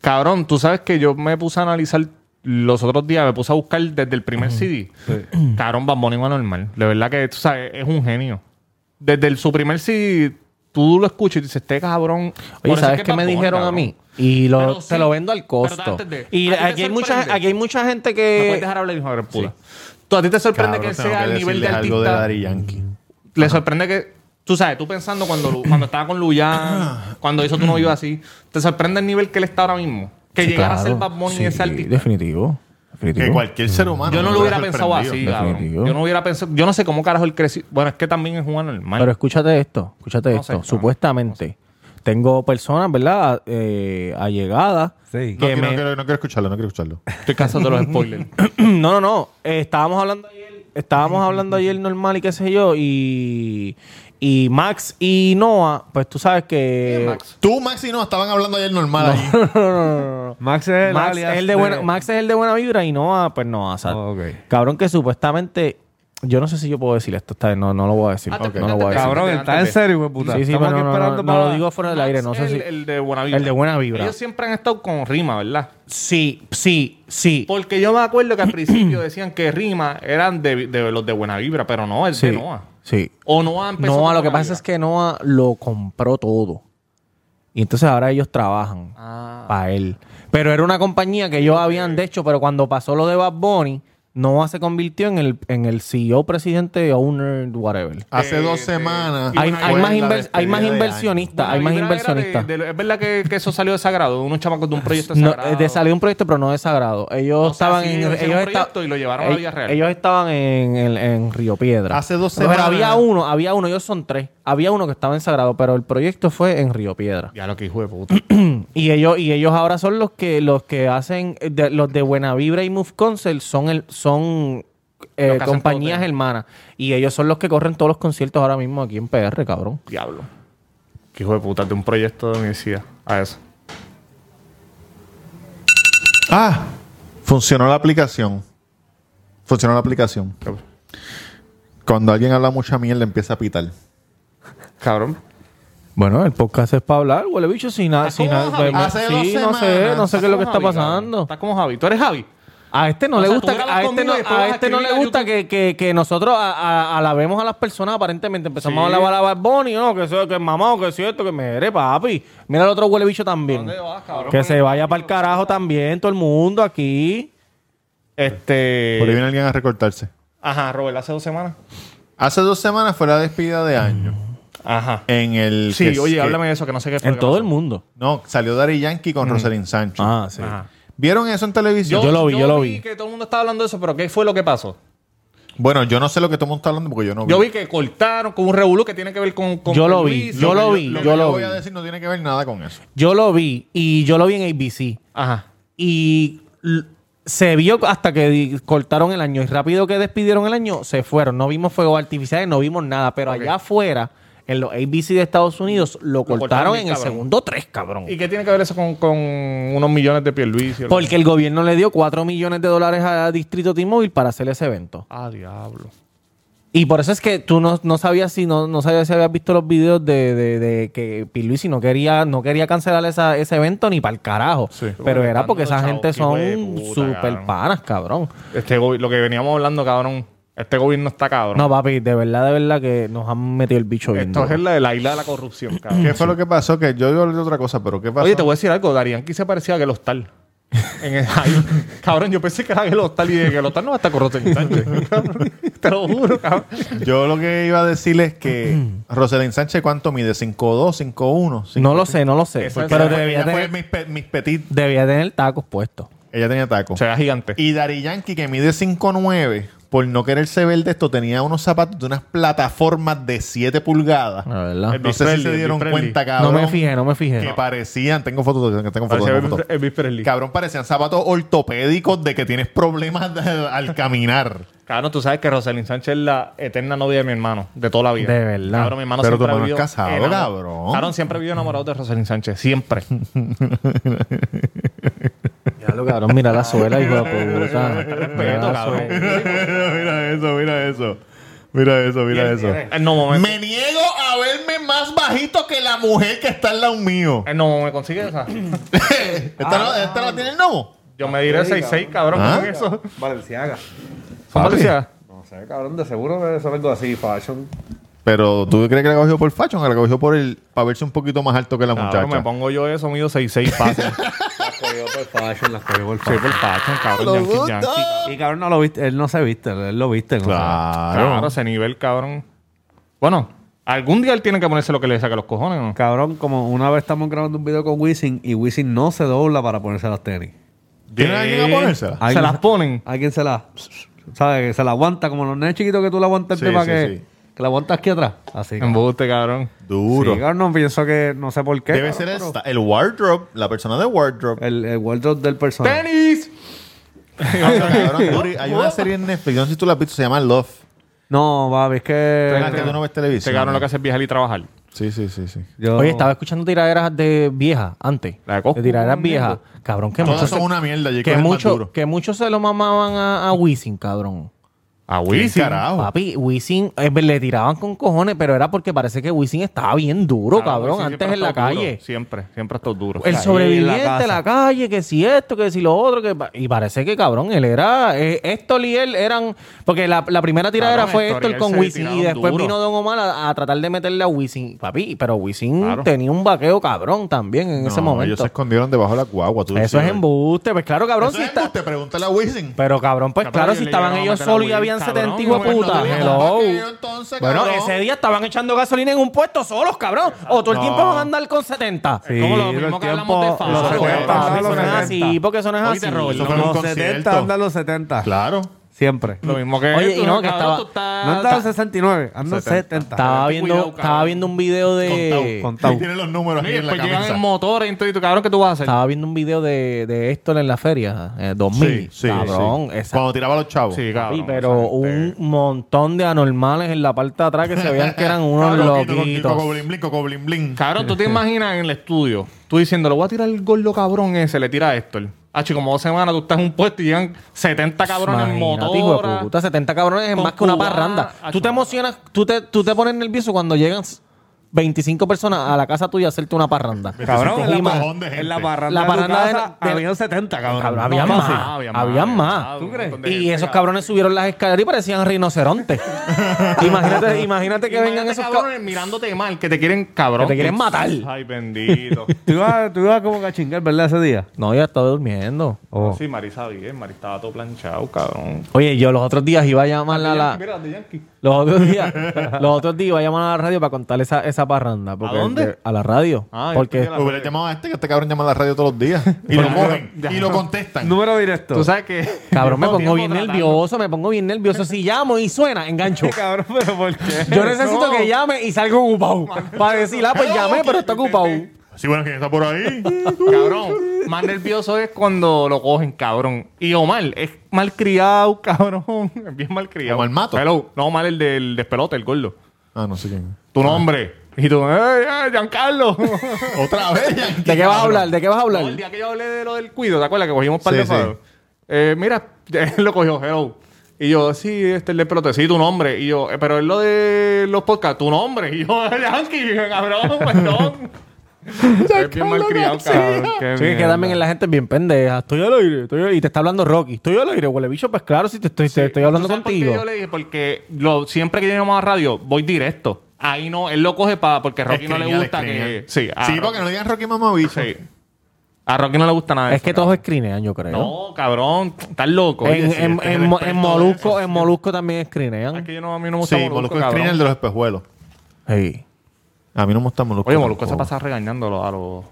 S5: Cabrón, tú sabes que yo me puse a analizar los otros días, me puse a buscar desde el primer CD. Cabrón, Bamboni va normal. De verdad que, tú sabes, es un genio. Desde el- su primer CD, tú lo escuchas y dices, este cabrón. Por
S3: Oye,
S5: eso es
S3: ¿sabes
S5: que
S3: qué
S5: es
S3: me
S5: Bad Bunny,
S3: dijeron a
S5: cabrón.
S3: mí? Y lo,
S5: Pero
S3: te
S5: sí,
S3: lo vendo al
S5: pero
S3: costo.
S5: antes de-
S3: Y
S5: ¿a ti te
S3: aquí hay, mucha,
S5: sorprende?
S3: aquí hay mucha gente
S5: ¿Me
S3: que...
S5: puedes dejar hablar, hijo de puta? ¿Tú a ti te sorprende
S1: Eh, Cabrón,
S5: que
S1: tengo
S5: sea
S1: que
S5: al nivel de
S1: decirles algo de
S5: artista?
S1: Daddy Yankee.
S5: Le sorprende que. Tú sabes, tú pensando cuando, Lu- cuando estaba con
S3: Ah.
S5: Luyan, cuando hizo tu novio así, ¿te sorprende el nivel que él está ahora mismo? Que
S3: Sí,
S5: llegara a ser
S3: claro.
S5: Bad Bunny
S3: Sí,
S5: ese artista.
S3: Definitivo.
S1: Que
S3: Definitivo.
S1: cualquier ser humano.
S5: Yo no
S1: me
S5: lo hubiera pensado
S1: sorprendido.
S5: así, cabrón.
S3: Definitivo.
S5: Yo no hubiera pensado. Yo no sé cómo carajo él creció. Bueno, es que también es un normal.
S3: Pero escúchate esto, escúchate
S5: No sé,
S3: esto.
S5: no,
S3: Supuestamente, tengo personas, ¿verdad? Eh, allegadas.
S2: Sí.
S1: No,
S3: que
S1: quiero- no
S3: me-
S1: quiero, no quiero escucharlo, no quiero escucharlo.
S5: Estoy cansado de los spoilers.
S3: no, no, no. Eh, estábamos hablando ayer, estábamos hablando ayer normal y qué sé yo. Y, y Max y Noah, pues tú sabes que.
S1: Tú, Maxi, no, estaban hablando ayer normal ahí.
S2: Max es el
S3: Max
S2: alias
S3: es el de buena, Max es el de buena vibra y Noah, pues no, o sea,
S2: Oh, ok.
S3: cabrón que supuestamente, yo no sé si yo puedo decir esto, esta vez no, no lo voy a decir,
S5: Ah, te-
S3: no lo voy a decir.
S2: Cabrón,
S5: Antes de-
S2: está en serio, güey, puta.
S3: Sí, sí,
S2: Estamos
S3: pero
S2: aquí
S3: no, no,
S2: esperando
S3: no,
S2: para...
S3: no lo digo fuera del aire, no sé
S5: el,
S3: si...
S5: El de buena vibra.
S3: El de buena vibra.
S5: Ellos siempre han estado con rima, ¿verdad?
S3: Sí, sí, sí.
S5: Porque yo me acuerdo que al principio decían que rima eran de, de los de buena vibra, pero no, es
S3: Sí,
S5: de Noah.
S3: sí.
S5: O Noah empezó.
S3: Noah,
S5: con
S3: lo que
S5: Buena
S3: pasa
S5: Vibra.
S3: es que Noah lo compró todo. Y entonces ahora ellos trabajan
S5: Ah.
S3: para él. Pero era una compañía que ellos habían de hecho, pero cuando pasó lo de Bad Bunny, Noah se convirtió en el, en el CEO, presidente, owner, whatever.
S1: Hace
S5: Eh,
S1: dos
S5: eh,
S1: semanas.
S5: y
S3: Hay,
S5: una
S3: hay
S1: fue
S3: más
S1: la
S3: inver- hay
S1: despedida
S3: más
S1: de
S3: inversionistas,
S5: Buena
S3: hay más
S5: Vibra era
S3: inversionistas.
S5: de- de- es verdad que, que eso salió de Sagrado, unos chamacos de un proyecto de
S3: No,
S5: Sagrado.
S3: eh, de salió un proyecto, pero no de Sagrado. Ellos
S5: O sea,
S3: estaban
S5: sí,
S3: en
S5: ellos hicieron un
S3: esta-
S5: proyecto y lo llevaron a la
S3: ell-
S5: vida real.
S3: Ellos estaban en, en- en Río Piedra.
S1: Hace dos
S3: Pero
S1: semanas-
S3: había uno, había uno, ellos son tres. Había uno que estaba en Sagrado, pero el proyecto fue en Río Piedra.
S5: Ya lo que hijo de puta.
S3: Y ellos, y ellos ahora son los que, los que hacen, eh, de- los de Buena Vibra y Move Concert son el, son eh,
S5: Los que hacen
S3: compañías
S5: todo.
S3: hermanas. Y ellos son los que corren todos los conciertos ahora mismo aquí en PR, cabrón.
S5: Diablo. Qué hijo de puta, de un proyecto de universidad. A eso.
S1: Ah, funcionó la aplicación. Funcionó la aplicación. Cuando alguien habla mucha mierda, empieza a pitar.
S5: Cabrón.
S3: Bueno, el podcast es para hablar, huele bicho, sin nada.
S5: sin como nada- Javi.
S3: no
S1: Hace dos
S3: sé,
S1: semanas.
S3: no sé qué es lo que está
S5: Javi, cabrón.
S3: pasando.
S5: Estás como Javi. ¿Tú eres Javi?
S3: A este no
S5: O
S3: le
S5: sea, tú
S3: gusta,
S5: grabas
S3: a este
S5: conmigo
S3: no,
S5: y después
S3: a
S5: vas a
S3: este no le
S5: escribir a
S3: gusta que, que, que nosotros a- a- alabemos a las personas aparentemente. Empezamos a alabar a Bad Bunny, ¿no? Que eso, que es mamado, que es cierto, que me eres, papi. Mira el otro huele bicho también.
S5: ¿Dónde vas, cabrón?
S3: Que se vaya para el carajo también, todo el mundo aquí.
S5: Este.
S1: Por ahí viene alguien a recortarse.
S5: Ajá, Robert, hace dos semanas.
S1: Hace dos semanas fue la despedida de año.
S5: Ajá.
S1: En el.
S5: Sí,
S1: que-
S5: oye,
S1: que-
S5: háblame Mm. de eso, que no sé qué fue.
S3: En todo el mundo.
S1: No, salió Dari Yankee con Rosalind Sancho.
S3: Ah, sí.
S5: Ajá.
S1: ¿Vieron eso en televisión?
S3: Yo lo vi, yo lo vi.
S5: que todo el mundo estaba hablando de eso, pero ¿qué fue lo que pasó?
S1: Bueno, yo no sé lo que todo el mundo está hablando porque yo no vi.
S5: Yo vi que cortaron con un revolú que tiene que ver con. con
S3: Yo lo
S5: con
S3: vi,
S5: Luis.
S3: yo
S1: que
S3: lo vi,
S1: Lo que
S3: yo lo
S1: voy a
S3: vi.
S1: decir no tiene que ver nada con eso.
S3: Yo lo vi y yo lo vi en ABC.
S5: Ajá.
S3: y l- se vio hasta que di- cortaron el año y rápido que despidieron el año se fueron no vimos fuegos artificiales no vimos nada pero allá afuera en los ABC de Estados Unidos lo, cortaron,
S5: cortaron
S3: en
S5: bien,
S3: el
S5: cabrón.
S3: segundo tres cabrón
S5: ¿Y qué tiene que ver eso con, con unos millones de Pierluisi? o algo
S3: porque el gobierno le dio 4 millones de dólares a Distrito T-Mobile para hacer ese evento.
S5: así? Ah, diablo.
S3: Y por eso es que tú no, no sabías si no, no sabías si habías visto los videos de, de- de que Pierluisi no quería no quería cancelar esa- ese evento ni para el carajo. Pero era porque esa
S5: Chavo,
S3: gente
S5: hijo
S3: son
S5: de puta,
S3: super
S5: cabrón.
S3: panas, cabrón.
S5: Este gobi- lo que veníamos hablando, cabrón. Este gobierno está cabrón.
S3: No, papi, de verdad, de verdad que nos han metido el bicho bien.
S5: Esto
S3: duro.
S5: es la de la isla de la
S1: Mm.
S5: corrupción, cabrón.
S1: ¿Qué fue lo que pasó? Que yo iba a hablar de otra cosa, pero ¿qué pasó?
S5: Oye, te voy a decir algo. Darían se parecía a que los tal. En el- ahí, cabrón, yo pensé que era el hostal y de que el hostal no va a estar con Roselyn Sánchez. cabrón. Te lo juro, cabrón.
S1: Yo lo que iba a decir es que Roselyn Sánchez, ¿cuánto mide? ¿5'2, 5'1?
S3: No lo sé, no lo sé.
S5: Esa-
S3: pero
S5: esa fue-
S3: debía
S1: ella fue
S3: tener,
S1: mis, pe- mis petit.
S3: debía tener tacos puestos.
S1: Ella tenía taco.
S5: O sea, era gigante.
S1: Y Dari Yankee, que mide 5'9, por no quererse ver de esto, tenía unos zapatos de unas plataformas de 7 pulgadas.
S3: La verdad.
S5: El
S1: No
S5: Elvis
S1: sé si
S5: Presley,
S1: se dieron
S5: Elvis Presley.
S1: cuenta,
S3: No
S1: cabrón.
S3: me fijé, no me fijé.
S1: Que parecían, tengo fotos, tengo fotos,
S5: Parecía
S1: tengo fotos.
S5: Elvis Presley.
S1: Cabrón, parecían zapatos ortopédicos de que tienes problemas de- al caminar.
S5: Cabrón, tú sabes que Roselyn Sánchez es la eterna novia de mi hermano, de toda la vida.
S3: De verdad.
S5: Cabrón, mi hermano
S1: Pero tu
S5: siempre ha
S1: hermano es
S5: vivido
S1: casado,
S5: enamorado.
S1: cabrón.
S5: Cabrón, siempre ha vivido enamorado de Roselyn Sánchez, siempre.
S3: Ya lo cabrón, mira la suela, hijo de puta. Mira
S5: Respeto,
S3: la
S5: cabrón.
S3: suela.
S1: mira eso, mira eso. Mira eso, mira eso.
S5: Él no momento.
S1: Me niego a verme más bajito que la mujer que está al lado mío.
S5: Él no me consigue esa.
S1: ¿Esta, no, esta no tiene el gnomo?
S5: Yo me diré 6-6, Ah, cabrón,
S1: Ah.
S5: con eso.
S2: Valenciaga.
S5: ¿Son
S1: Papi.
S5: policías?
S2: No sé, cabrón, de seguro debe ser algo así, fashion.
S1: Pero tú crees que la cogió por fashion o la cogió por el. para verse un poquito más alto que la
S5: Cabrón, me
S1: muchacha.
S5: pongo yo eso, mido 6-6 fácil.
S2: Las cogió por fashion, las cogió por
S5: Sí, por fashion, cabrón, Yankee, Yankee.
S2: Y cabrón, no lo viste, él no se viste, él lo viste. no
S1: Claro.
S5: Claro, ese nivel, cabrón. Bueno, algún día él tiene que ponerse lo que le saca los cojones, ¿no?
S2: sé. Cabrón, como una vez estamos grabando un video con Wisin y Wisin no se dobla para ponerse las tenis.
S1: ¿Tiene alguien que ponérsela?
S2: Alguien-
S5: Se las ponen.
S2: Alguien se la. ¿Sabes? Que se la aguanta, como los nenes chiquitos que tú la aguantaste
S1: Sí,
S2: para
S1: sí,
S2: que.
S1: sí.
S2: Que la aguantas aquí atrás. Así. cabrón.
S5: Embuste, cabrón.
S1: Duro.
S2: Sí, cabrón, no pienso que. No sé por qué.
S1: Debe
S2: cabrón,
S1: ser el,
S2: pero-
S1: sta- el wardrobe, la persona de wardrobe.
S2: El, el wardrobe del
S3: Ah.
S2: personaje.
S5: ¡Tenis!
S1: Cabrón, Duri, Hay una serie en Netflix, no sé si tú la has visto, se llama Love.
S2: No, papi, es
S1: Ah,
S2: que. este,
S1: que tú no ves televisión.
S5: Se Este cabrón lo que hace es viajar y trabajar.
S1: Sí, sí, sí, sí.
S2: Yo,
S3: Oye, estaba escuchando tiraderas de viejas antes.
S5: La de Coscu,
S3: de tiraderas
S5: un
S3: viejas. Cabrón, que
S1: Todas
S3: muchos
S1: son una mierda. Yo
S3: que mucho, que muchos se lo mamaban a, a Wisin, cabrón.
S5: A
S1: Sí,
S5: Wisin.
S1: carajo.
S3: Papi, Wisin eh, le tiraban con cojones, pero era porque parece que Wisin estaba bien duro,
S5: Claro,
S3: cabrón,
S5: Wisin siempre
S3: antes en
S5: ha
S3: la
S5: estado
S3: calle.
S5: duro. Siempre, siempre ha estado duro.
S3: El
S2: Ahí
S3: sobreviviente
S2: en la
S3: de la calle, que si esto, que si lo otro, que pa- y parece que cabrón, él era, eh, Héctor y él eran, porque la, la primera tiradera
S5: Cabrón,
S3: fue
S5: Héctor y
S3: Héctor
S5: él
S3: con
S5: se
S3: Wisin y
S5: tiraron
S3: después
S5: duro.
S3: vino Don Omar a, a tratar de meterle a Wisin, papi, pero Wisin
S5: Claro.
S3: tenía un vaqueo cabrón también en ese
S1: Ellos se
S3: momento.
S1: escondieron debajo de la guagua. Tú
S3: Eso es
S1: decías,
S3: embuste, pues claro, cabrón,
S1: Eso
S3: si
S1: es
S3: está-
S1: embuste, pregúntale a Wisin.
S3: Pero cabrón, pues
S5: Cabrón,
S3: claro,
S5: yo
S3: si
S5: le
S3: estaban
S5: llegaron a
S3: ellos
S5: meter a
S3: solos y
S5: Will,
S3: habían
S5: cabrón,
S3: 70 hijos de
S5: pues, no
S3: puta.
S5: tuvieron
S3: Hello.
S1: vaqueo, entonces,
S3: bueno,
S1: cabrón.
S3: ese día estaban echando gasolina en un puesto solos, cabrón. O todo el tiempo van a andar con 70.
S2: Sí,
S5: como lo
S2: los
S5: mismo que hablamos
S2: tiempos-
S5: de
S2: Los
S5: Faro.
S3: Pues,
S2: 70,
S3: papi,
S2: los
S3: eso no es
S2: 70.
S3: así, porque eso no es
S5: Oíste,
S3: así.
S5: Robert,
S1: Eso fue un
S2: Los
S1: concierto.
S2: 70, anda los 70.
S1: Claro.
S2: Siempre.
S5: Lo mismo que
S3: Oye,
S5: tú,
S3: y no, que
S5: cabrón,
S3: estaba-
S5: tú estás-
S2: No anda los 69, anda los 70.
S3: Estaba viendo,
S5: cuidado, cabrón.
S3: estaba viendo un video de.
S1: Contado,
S2: contado.
S1: Ahí tiene los números
S5: Sí,
S1: ahí en la
S5: después Pues llegan
S1: camisa.
S5: en motores y todo, y tú, cabrón, ¿qué tú vas a hacer?
S3: Estaba viendo un video de, de Héctor en la feria, eh, 2000. cabrón,
S1: sí.
S3: esa-
S1: Cuando tiraba a los chavos.
S5: Sí,
S3: papi,
S5: cabrón.
S3: pero un montón de anormales en la parte de atrás que se veían que eran unos
S1: Loquito, loquito,
S3: loquitos.
S1: coblin, blin, coblin, blin.
S5: Cabrón,
S3: Este.
S5: tú te imaginas en el estudio, tú diciendo, lo voy a tirar el gordo cabrón ese, le tira a Héctor. Ah, chico, como dos semanas tú estás en un puesto y llegan 70 cabrones en
S3: Imagínate, hijo de
S5: motora.
S3: puta, 70 cabrones es
S5: Con
S3: más que una
S5: cubana,
S3: parranda.
S5: ah,
S3: Tú te
S5: chumada.
S3: emocionas, tú te, tú te pones nervioso cuando llegan 25 personas a la casa tuya a hacerte una parranda.
S1: Cabrón,
S2: en la,
S1: un
S2: pa-
S1: cojón de gente.
S2: en la parranda,
S3: La parranda
S2: de tu
S3: de-
S2: casa
S3: de-
S2: habían 70, cabrón.
S3: Cabrón, había,
S5: no,
S3: más,
S5: sí. Había
S3: había más,
S5: más, había más,
S2: ¿Tú
S5: un
S2: crees?
S5: montón de
S3: Y
S5: gente,
S3: esos
S5: cabrón.
S3: cabrones subieron las escaleras y parecían rinocerontes. imagínate, imagínate que vengan
S5: Imagínate,
S3: esos cabrones.
S5: cabrones mirándote mal, que te quieren cabrón.
S3: Que te quieren matar.
S5: Ay, bendito.
S2: Tú ibas, tú ibas como que a chingar, ¿verdad? Ese día.
S3: No, ya estaba durmiendo.
S6: Oh.
S5: Sí, Marisa bien, Marisa estaba todo planchado, cabrón.
S3: Oye, yo los otros días iba a llamar a la.
S5: Mira, de Yankee.
S3: Los otros días, los otros días iba a llamar a la radio para contar esa, esa parranda. porque-
S5: dónde?
S3: A la radio.
S5: Ah, yo
S3: porque
S5: pensé que
S1: Hubiera llamado a este, que este cabrón llama a la radio todos los días. Y lo cogen. Y lo contestan.
S2: Número directo.
S5: Tú sabes que.
S3: Cabrón, me
S5: Todo
S3: pongo bien
S5: tratando.
S3: nervioso, me pongo bien nervioso. Si llamo y suena, engancho.
S2: cabrón, pero ¿por qué?
S3: Yo necesito que llame y salga ocupado. Para decir, ah, pues llamé, pero está ocupado.
S1: Sí, bueno, ¿quién está por ahí?
S5: Cabrón, más nervioso es cuando lo cogen, cabrón. Y Omar es malcriado, cabrón. Es bien malcriado.
S1: Omar Mato.
S5: Hello. No, Omar el del despelote, el gordo.
S1: Ah, no sé quién.
S5: Tu nombre. Y tú, ¡eh, eh, Giancarlo! No,
S1: Otra vez, Yankee,
S3: ¿De qué vas a
S1: cabrón.
S3: hablar? ¿De qué vas a
S5: el
S3: hablar?
S5: día que yo hablé de lo del cuido, ¿te acuerdas que cogimos un par
S1: Sí,
S5: de
S1: sí.
S5: fados? Eh, mira, él lo cogió, hello. Y yo, sí, este el despelote, sí, tu nombre. Y yo, eh, pero es lo de los podcasts, tu nombre. Y yo, Yankee, cabrón, perdón. es bien malcriado, cabrón. Qué
S3: Sí, que
S5: mierda.
S3: también en la gente bien pendeja. Estoy al aire, estoy al- y te está hablando Rocky. Estoy al aire, huele bicho, pues claro, si te estoy, te estoy hablando
S5: ¿Tú sabes por qué
S3: contigo.
S5: Yo le dije, porque lo, siempre que yo llamo a radio, voy directo. Ahí no, él lo coge para porque Rocky no le
S1: Escriñal,
S5: gusta
S1: escriñal.
S5: que. Sí, a
S1: sí
S5: Rocky.
S1: porque no le digan Rocky Mamá
S5: Sí. A Rocky no le gusta nada. de
S3: Es
S5: eso,
S3: que
S5: cabrón.
S3: todos screenean, yo creo.
S5: No, cabrón, estás loco.
S3: en,
S5: Oye, sí,
S3: en-
S5: este
S3: en
S5: es el
S3: Mo-
S5: experto
S3: en
S5: de
S3: Molusco,
S5: eso.
S3: en Molusco también
S5: Es
S3: screenean.
S5: que yo no, a mí no me gusta
S1: Sí,
S5: Molusco,
S1: Molusco es
S5: cabrón.
S1: criminal de los espejuelos.
S3: Sí.
S1: A mí no me gusta Molusco.
S5: Oye, Molusco se
S1: tampoco.
S5: pasa regañándolo a los...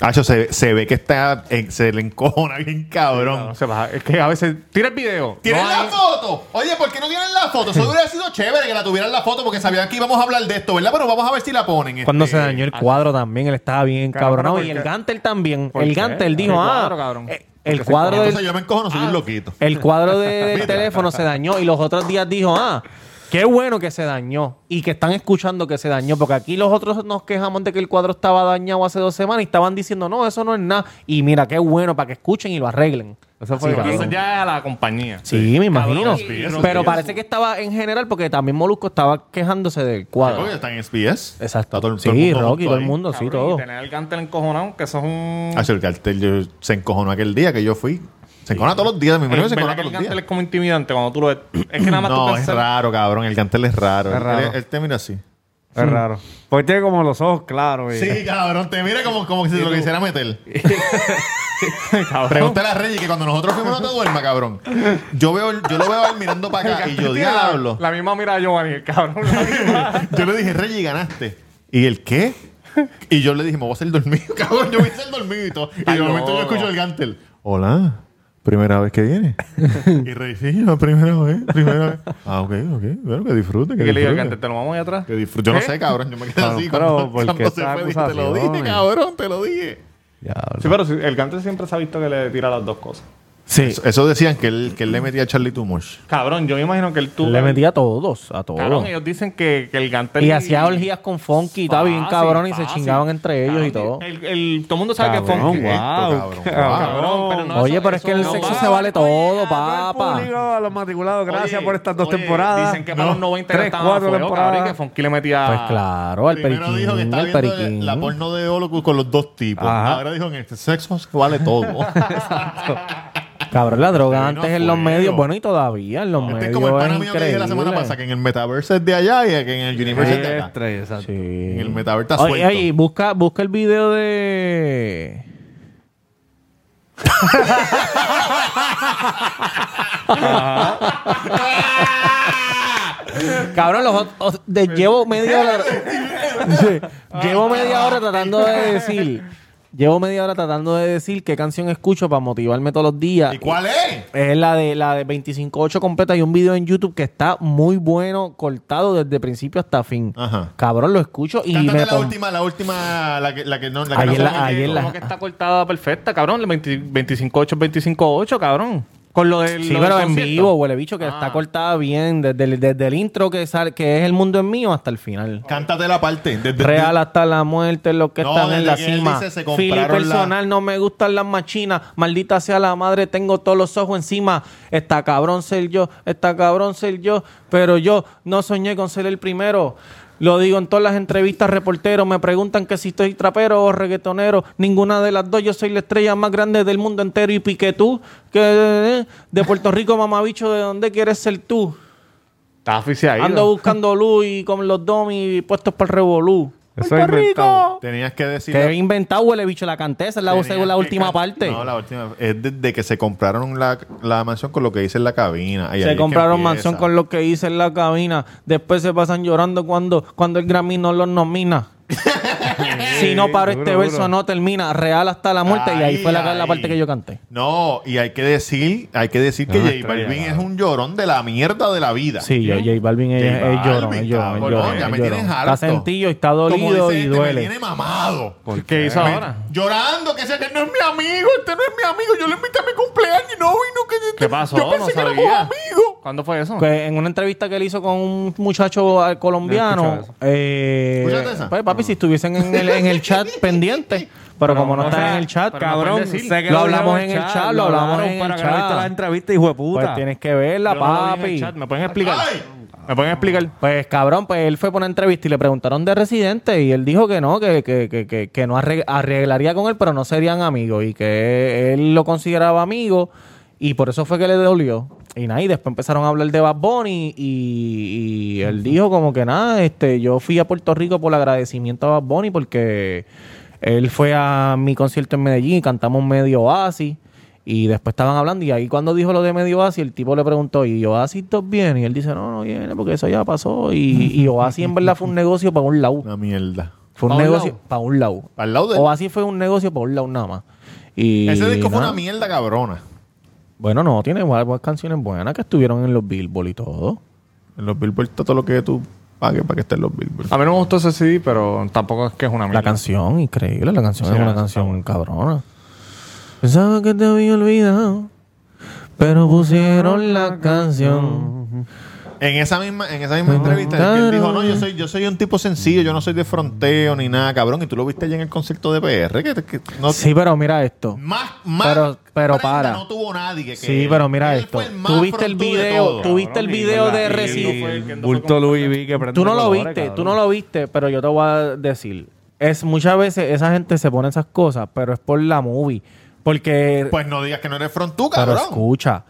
S1: Hacho, se, se ve que está, eh, se le encojona bien cabrón.
S5: se pasa- Es que a veces... Tira el video.
S1: ¿Tienen
S5: No
S1: la
S5: hay-
S1: foto? Oye, ¿por qué no tienen la foto? Eso hubiera sido chévere que la tuvieran la foto porque sabían que íbamos a hablar de esto, ¿verdad? Pero vamos a ver si la ponen.
S3: Cuando
S1: este.
S3: se dañó el cuadro también, él estaba bien
S5: Claro,
S3: cabronado.
S5: pero
S3: Y
S5: ¿por
S3: el
S5: qué?
S3: Gantel también.
S5: ¿Por
S3: El
S5: qué?
S3: Gantel dijo,
S5: El
S3: ah,
S5: cuadro, cabrón.
S3: eh, el
S5: Porque se
S3: cuadro
S1: Entonces
S3: del,
S1: yo me encojono,
S5: Ah.
S1: soy un loquito.
S3: el cuadro de- del teléfono se dañó. Y los otros días dijo, ah, qué bueno que se dañó. Y que están escuchando que se dañó. Porque aquí los otros nos quejamos de que el cuadro estaba dañado hace dos semanas y estaban diciendo, no, eso no es nada. Y mira, qué bueno para que escuchen y lo arreglen.
S6: Eso
S5: Sí,
S6: fue
S5: cabrón.
S6: cabrón.
S5: Eso ya es a la compañía.
S3: Sí, me imagino.
S5: Sí, eso
S3: Pero
S1: sí,
S3: parece que estaba en general porque también Molusco estaba quejándose del
S5: Ah.
S3: cuadro.
S1: Oye, está en SBS.
S3: Exacto.
S1: Está todo,
S3: sí,
S1: todo el mundo
S3: Rocky,
S1: junto
S3: todo el
S1: ahí.
S3: mundo, sí,
S5: Cabrón,
S3: todo.
S5: Y tener el cante encojonado, que eso es un...
S1: Hacho, el cartel yo- se encojonó aquel día que yo fui. Se encojona todos los días. Mi
S5: Es
S1: primero se
S5: verdad
S1: encojona
S5: que el
S1: todos los días.
S5: cante es como intimidante cuando tú lo ves. Es que nada más tú
S1: No, es
S5: pensar-
S1: raro, cabrón. El cantel es raro.
S6: Es raro.
S1: Él, él te mira así.
S6: Es raro. Porque tiene como los ojos claros. y-
S1: Sí, cabrón. Te mira como, como que si te lo quisiera meter. Pregúntale a Reggie que cuando nosotros fuimos no te duerma, cabrón. Yo, veo, el- yo lo veo a él mirando para acá y yo,
S5: Tiene la-
S1: diablo.
S5: La misma mira a Giovanni, el cabrón. la misma.
S1: Yo le dije, Reggie, ganaste. ¿Y el qué? Y yo le dije, me voy a hacer dormido, cabrón. Yo voy a hacer dormido y todo. Y de
S5: Ay,
S1: momento
S5: no.
S1: yo escucho el gantel. Hola. Primera vez que viene. y Reggie, sí, la primera vez, primera vez. Ah, ok, ok. Bueno, que disfrute, que
S5: ¿Qué le digo
S1: disfrute.
S5: al cante? ¿Te lo vamos allá atrás?
S1: Que disfrute. Yo no
S3: ¿Eh?
S1: sé, cabrón. Yo me quedé
S6: Cabrón,
S1: así.
S6: pero,
S1: Cuando,
S6: ¿por
S1: cuando
S6: qué
S1: se
S6: esta
S1: fue, dije, te lo dije,
S6: acusación?
S1: cabrón, te lo dije.
S5: Sí, pero sí, el cante siempre se ha visto que le tira las dos cosas.
S3: Sí.
S1: Eso, eso decían que él, que él le metía a Charlie Too Much.
S5: Cabrón, yo me imagino que el tú.
S3: Le metí a todos, a todos.
S5: Cabrón, ellos dicen que, que el cante.
S3: y hacía orgías con Funky, y estaba bien
S5: Fácil,
S3: cabrón, y se
S5: fácil.
S3: chingaban entre ellos y todo.
S5: Cabrón, El, el- todo el mundo sabe que es
S6: Cabrón,
S5: funky.
S6: guau.
S1: Esto, cabrón.
S5: Cabrón, pero no,
S3: Oye,
S5: eso-
S3: pero es que
S5: eso
S3: el
S5: no
S3: sexo
S5: va.
S3: se vale todo,
S6: Oye, a todo
S3: papá.
S6: el público, a los matriculados, gracias
S5: Oye,
S6: por estas dos
S5: oye,
S6: temporadas.
S5: Dicen que para
S6: No.
S5: los 90
S6: Tres,
S5: estaban
S6: cuatro
S5: feos, cabrón, y que
S6: temporadas.
S5: Funky le metía.
S3: Pues claro, el
S1: Primero
S3: periquín,
S1: dijo que estaba
S3: el
S1: viendo
S3: periquín.
S1: la porno de Holocaust con los dos tipos.
S6: Ajá.
S1: Ahora dijo en este sexo vale todo.
S3: Cabrón, la droga
S1: Se
S3: antes
S1: vino
S3: en los
S1: fuego.
S3: medios, bueno, y todavía en los
S1: Este
S3: medios
S1: es como el pana
S3: es
S1: mío que dije la semana
S3: increíble.
S1: pasada, que en el metaverse es de allá y que en el universe es de acá.
S6: Tres, exacto.
S1: En el metaverse está
S3: Oye,
S1: suelto.
S3: oye, busca, busca el video de... Cabrón, los ot- ot- de- llevo media hora. Sí, llevo media hora tratando de decir. Llevo media hora tratando de decir qué canción escucho para motivarme todos los días.
S1: ¿Y cuál es?
S3: Es la de la de 25.8 completa y un video en YouTube que está muy bueno, cortado desde principio hasta fin.
S1: Ajá.
S3: Cabrón, lo escucho y
S1: Cántate
S3: me
S1: la
S3: pon-
S1: última, la última, la que, la que no, la que
S3: Ayer
S1: no
S3: la-
S1: se me
S3: ayer
S1: quedó.
S3: la-
S5: Como que está cortada perfecta, cabrón. El 20 25-8 25-8, cabrón. Con lo del.
S3: Sí,
S5: lo del
S3: pero en
S5: concierto.
S3: vivo, huele bicho, que
S5: Ah.
S3: está cortada bien desde el, desde el intro que sale, que es el mundo en mío hasta el final.
S1: Cántate la parte. Desde,
S3: Real hasta la muerte, los que
S1: No,
S3: están en
S1: desde
S3: la
S1: que él
S3: cima.
S1: dice, se
S3: Fili
S1: compraron
S3: personal, no me gustan las machinas. Maldita sea la madre, tengo todos los ojos encima. Está cabrón ser yo, está cabrón ser yo. Pero yo no soñé con ser el primero. Lo digo en todas las entrevistas, reporteros me preguntan que si estoy trapero o reggaetonero. Ninguna de las dos, yo soy la estrella más grande del mundo entero. Y pique tú, que eh, de Puerto Rico, mamabicho, ¿de dónde quieres ser tú?
S5: Está oficial.
S3: Ando buscando luz y con los domis puestos para el revolú.
S6: Eso es inventado.
S1: Tenías que decir.
S3: Que he inventado huele bicho la canté, esa es la,
S1: tenías
S3: según la
S1: que
S3: última
S1: can-
S3: parte.
S1: No, la última. Es desde que se compraron la, la mansión con lo que dice en la cabina. Ahí- ahí
S3: se
S1: es que
S3: compraron
S1: empieza.
S3: mansión con lo que hice en la cabina. Después se pasan llorando cuando, cuando el Grammy no los nomina. si no paro este
S6: Duro,
S3: verso
S6: duro.
S3: no termina. Real hasta la muerte. y ahí
S1: Ahí,
S3: fue la, la
S1: ahí.
S3: parte que yo canté.
S1: No, y hay que decir, hay que decir que
S6: Ah,
S1: J
S6: estrella,
S1: Balvin
S6: claro.
S1: es un llorón de la mierda de la vida.
S3: Sí, yo, J Balvin es,
S1: J
S3: es llorón, es
S1: Balvin,
S3: llorón, es
S1: cabrón,
S3: llorón,
S1: ya
S3: es
S1: me
S3: llorón.
S1: tienes harto.
S3: Está sentido, está
S1: Como
S3: dolido
S1: dice
S3: y
S1: este, me
S3: duele.
S1: tiene mamado.
S5: ¿Qué hizo ahora?
S1: Llorando, que sea que no es mi amigo, este no es mi amigo, yo lo invité a mi cumpleaños y no vino que
S5: ¿Qué pasó?
S1: Yo pensé
S5: No
S1: que éramos
S5: sabía.
S1: amigos.
S5: ¿Cuándo fue eso?
S3: Que en una entrevista que él hizo con un muchacho eh,
S6: No he
S3: colombiano,
S6: escuchado
S3: eh,
S1: ¿Escuchaste esa?
S3: pues papi, si estuviesen en el, en el chat pendiente, pero como no,
S6: o
S3: están
S6: sea,
S3: en el chat,
S5: pero no
S3: cabrón,
S6: Cabrón,
S5: pueden decir.
S6: sé que
S3: Lo hablamos en el chat, lo hablamos
S6: hablaron
S3: en
S6: para
S3: el
S6: que no viste
S3: chat.
S6: la entrevista, hijo de puta.
S3: pues tienes que verla,
S5: Yo no lo vi en el
S3: papi.
S5: chat. ¿Me pueden explicar?
S1: Ay.
S5: ¿Me pueden explicar?
S3: Pues cabrón, pues él fue por una entrevista y le preguntaron de Residente y él dijo que no, que, que, que, que, que no arreg- arreglaría con él, pero no serían amigos y que él lo consideraba amigo y por eso fue que le dolió. Y nada, y después empezaron a hablar de Bad Bunny y, y él dijo como que nada, este, yo fui a Puerto Rico por el agradecimiento a Bad Bunny porque Él fue a mi concierto en Medellín y cantamos medio oasis. Y después estaban hablando y ahí cuando dijo lo de medio oasis, el tipo le preguntó, ¿y oasis dos viene? Y él dice, no, no viene porque eso ya pasó. Y, y oasis en verdad fue un negocio para un lado.
S1: Una mierda.
S3: Fue un
S5: ¿Pa' un
S3: negocio
S5: lado?
S3: para un lado.
S1: ¿Pa'l lado de-
S3: Oasis fue un negocio para un lado nada más. Y
S1: Ese disco fue
S3: nada.
S1: una mierda cabrona.
S3: Bueno, no, tiene varias canciones buenas que estuvieron en los Billboard y todo.
S1: En los Billboard está todo lo que tú pagues para que estén los Billboard.
S5: A mí no me gustó ese CD, pero tampoco es que es una mierda.
S3: La canción, increíble, la canción
S5: Sí,
S3: es una
S5: está
S3: canción cabrona. Pensaba que te había olvidado, pero pusieron la canción.
S1: En esa misma, en esa
S3: Ah.
S1: misma entrevista, en que él dijo, no, yo soy, yo soy un tipo sencillo, yo no soy de fronteo ni nada, cabrón. Y tú lo viste allá en el concierto de PR, que, que no
S3: Sí, pero mira esto.
S1: más, más
S3: Pero- pero
S1: prenda
S3: para.
S1: no tuvo nadie que, que
S3: Sí, pero mira
S1: Eh, él
S3: esto.
S1: fue el más
S3: Tú viste el
S1: frontudo de
S3: video,
S1: todo.
S3: tú viste el
S5: Cabrón, y
S3: video de
S5: la- y
S3: Resi.
S5: fue el que empezó
S6: Bulto Luis vi que prende
S3: Tú no lo
S6: colores,
S3: viste, tú
S6: cabrón.
S3: no lo viste, pero yo te voy a decir. Es muchas veces esa gente se pone esas cosas, pero es por la movie, porque
S1: Pues no digas que no eres frontú,
S3: Pero
S1: cabrón.
S3: escucha,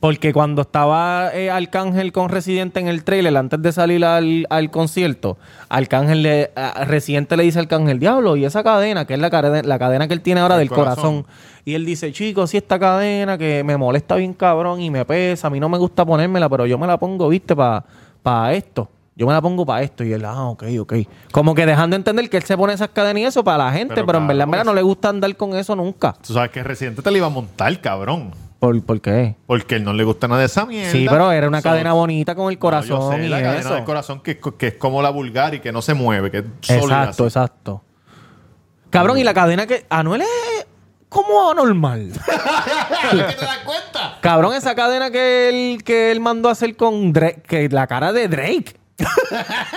S3: porque cuando estaba eh, Arcángel con Residente en el trailer, antes de salir al, al concierto, Arcángel le, a- Residente le dice al Arcángel, diablo, y esa cadena, que es la, cadena- la cadena que él tiene ahora
S1: Del
S3: del corazón.
S1: corazón.
S3: Y él dice, chicos, si esta cadena que me molesta bien cabrón y me pesa, a mí no me gusta ponérmela, pero yo me la pongo, viste, para esto. Yo me la pongo para esto. Y él, ah, ok, ok. Como que dejando entender que él se pone esas cadenas y eso para la gente, pero,
S1: Pero
S3: en
S1: claro,
S3: verdad, en verdad no
S1: porque-
S3: le gusta andar con eso nunca.
S1: Tú sabes que Residente te la iba a montar, cabrón.
S3: ¿Por, por qué?
S1: Porque él no le gusta nada de esa mierda.
S3: Sí, pero era una
S1: So-
S3: cadena bonita con el
S1: No, yo
S3: corazón
S1: sé,
S3: y
S1: la cadena
S3: eso.
S1: del corazón que, que es como la vulgar y que no se mueve, que es sólida.
S3: exacto,
S1: así.
S3: exacto. Cabrón, y la cadena que. Anuel es como anormal.
S1: ¿Qué te das cuenta?
S3: Cabrón, esa cadena que él, que él mandó a hacer con Drake, que la cara de Drake.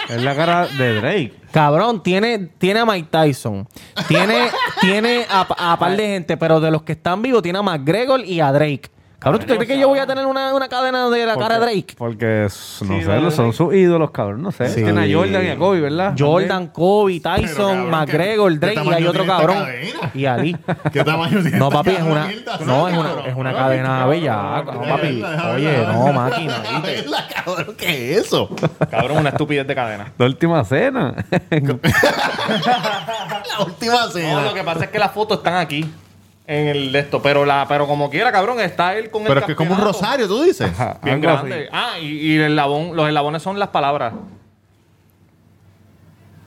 S6: Es la cara de Drake.
S3: Cabrón, tiene, tiene a Mike Tyson. Tiene, tiene a, a par de gente, pero de los que están vivos, tiene a McGregor y a Drake. Cabrón, ¿tú te crees que yo voy a tener una, una cadena de la cara de Drake?
S6: Porque, s- no sé, los- son sus ídolos, cabrón. No sé. Tiene a Jordan y a Kobe, ¿verdad?
S3: Jordan, Kobe, Tyson,
S1: cabrón,
S3: McGregor,
S1: ¿qué- qué
S3: Drake y hay
S1: tamaño
S3: otro
S1: tiene esta
S3: cabrón.
S1: cadena?
S3: Y Ali.
S1: ¿Qué tamaño tiene
S3: No,
S1: esta
S3: papi, es
S1: cadena
S3: una,
S1: mierda?
S3: no, es
S1: Cabrón.
S3: una, es una cadena bella. No, papi, oye, no, máquina.
S1: Déjame verla, cabrón, ¿Qué es eso?
S5: Cabrón, una estupidez de cadena.
S6: La última cena.
S1: La última
S5: No,
S1: cena.
S5: lo que pasa es que las fotos están aquí. En el de esto, pero la, pero como quiera, cabrón, está él con el
S1: Pero es que es como un
S5: campeonato.
S1: rosario, tú dices.
S5: Bien
S6: Algo
S5: grande. Ah, y, y el eslabón, los eslabones son las palabras.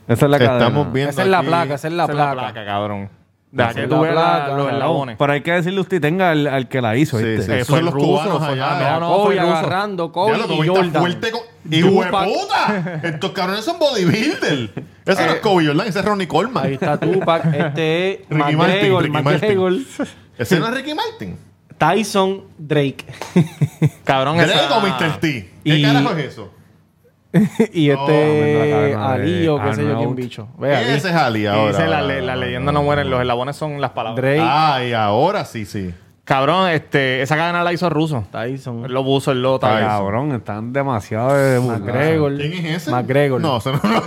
S6: Esa es la cadena.
S1: Estamos viendo
S3: Esa es la
S1: aquí-
S3: placa, esa es la
S5: Esa es
S3: placa.
S5: cabrón. De
S3: Esa
S5: que
S3: es la
S5: tú veas
S3: placa,
S5: la- los
S3: cabrón.
S5: eslabones.
S6: Pero hay que decirle usted tenga al, al que la hizo,
S1: Sí,
S6: ¿viste?
S1: sí.
S5: Eh,
S1: Esos
S5: fue
S1: son los
S5: ruso,
S1: cubanos
S5: fue
S1: allá.
S5: nada.
S1: ¿verdad?
S3: Kobe
S5: fue ruso.
S3: agarrando, Kobe
S1: Diablo,
S3: y
S1: Kobe está
S3: Jordan.
S1: fuerte con- ¡Y
S3: Tupac.
S1: hueputa! Estos cabrones son bodybuilder. Ese no es Kobe Jordan, ese es Ronnie Coleman.
S3: Eh, Ahí está Tupac, este es
S1: Ricky
S3: McGregor,
S1: Martin, Ricky
S3: McGregor,
S1: Ese no es Ricky Martin.
S3: Tyson, Drake.
S5: Cabrón,
S1: Drake
S5: esa-
S1: o Mr. T. ¿Qué
S3: y-
S1: carajo es eso?
S3: y
S6: hombre, la
S3: este
S6: cadena
S3: Ali o
S6: de
S3: qué sé yo
S6: Arnaud.
S3: quién bicho. Ve Ali.
S1: Ese es Ali
S5: Y
S1: ahora.
S5: dice la,
S1: ahora,
S5: le- la
S1: ahora,
S5: leyenda no muere, los eslabones son las palabras. Ah,
S3: Drake,
S1: Ay, ahora sí, sí.
S5: Cabrón, este, esa cadena la hizo ruso.
S3: Tyson,
S5: Él lo puso, él lo tal.
S6: Cabrón, están demasiado de vulgares.
S3: McGregor,
S1: ¿Quién es ese?
S3: McGregor.
S1: No, ese no, no,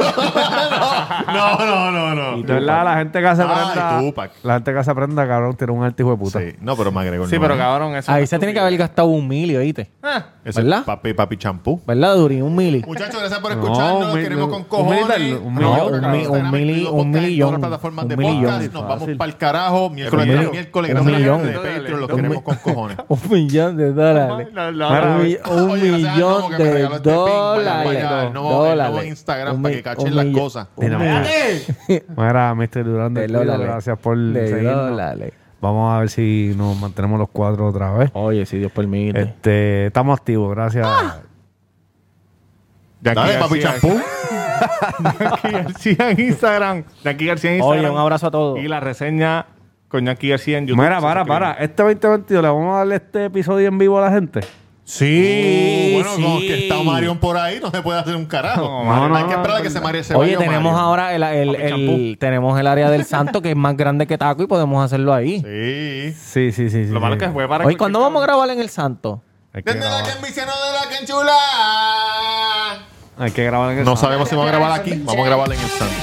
S1: no, no, no, no.
S6: De verdad, la gente que se
S1: Ay,
S6: prenda.
S1: Tupac.
S6: La gente que se prenda, cabrón, tiene un arte hijo de puta.
S1: Sí, no, pero McGregor
S5: Sí,
S1: no
S5: pero
S1: es.
S5: cabrón, eso.
S3: Ahí se tiene que haber gastado un mili, oíste.
S5: Ah,
S1: Ese es
S3: ¿verdad?
S1: papi, papi champú.
S3: ¿Verdad, Duri? Un mili.
S1: Muchachos, gracias por
S6: No,
S1: escucharnos. Los
S6: un mil-
S1: queremos
S6: no,
S1: con
S6: un
S1: cojones.
S6: mil- un
S1: Hasta ahora,
S3: mil- un
S1: cabrón,
S3: mil-
S1: estarán
S3: un mil-
S1: metidos
S3: un
S1: podcast en
S3: millón.
S1: todas las plataformas de
S3: Un millón.
S1: podcast. Nos vamos para el carajo. Miércoles
S3: Un
S1: tras
S3: millón.
S1: miércoles.
S3: Un
S1: Gracias a la
S3: millón.
S1: gente de Patreon. Los queremos con cojones.
S3: Un millón de dólares. Un, mi- un
S1: Oye, gracias a Novo
S3: millón
S1: que me
S3: de
S1: regaló este pin. Vayan
S3: dólares.
S1: para allá, el nuevo- el
S3: Dólares.
S1: nuevo Instagram
S3: Un
S1: para
S3: mi-
S1: que cachen
S3: un
S1: las
S3: millón-
S1: cosas.
S3: un
S6: Mira,
S3: millón
S6: Mira, Mr. Durán
S3: de
S6: del Cuido,
S3: dólares.
S6: gracias por
S3: De
S6: seguirnos.
S3: dólares.
S6: Vamos a ver si nos mantenemos los cuatro otra vez.
S3: Oye, si Dios permite.
S6: Este, estamos activos, gracias.
S1: Dale, papi champú.
S5: Jackie García en Instagram. Jackie García en Instagram.
S3: Oye, un abrazo a todos.
S5: Y la reseña con Jackie García en YouTube.
S6: Mira,
S5: Se
S6: para,
S5: suscriben.
S6: para. Este 2022 le vamos a darle este episodio en vivo a la gente.
S1: Sí, Oh, bueno,
S3: sí.
S1: como que está Marion por ahí, no se puede hacer un carajo.
S6: no,
S1: Hay
S6: no,
S1: que esperar a
S6: no,
S1: que se mare se
S3: Oye,
S1: vaya
S3: tenemos
S1: Mario.
S3: ahora el, el-
S5: Papi
S3: el-
S5: champú.
S3: tenemos el área del santo que es más grande que Taco y podemos hacerlo ahí.
S1: Sí.
S6: Sí, sí, sí. sí
S5: Lo malo es que fue para.
S3: Oye, ¿cuándo vamos a grabar en el santo?
S6: Hay que
S1: Desde la
S6: grabar,
S1: que enviciana de la que enchula.
S6: hay que grabar en el
S1: No sabemos si vamos a grabar aquí. Vamos a grabar en el Santo.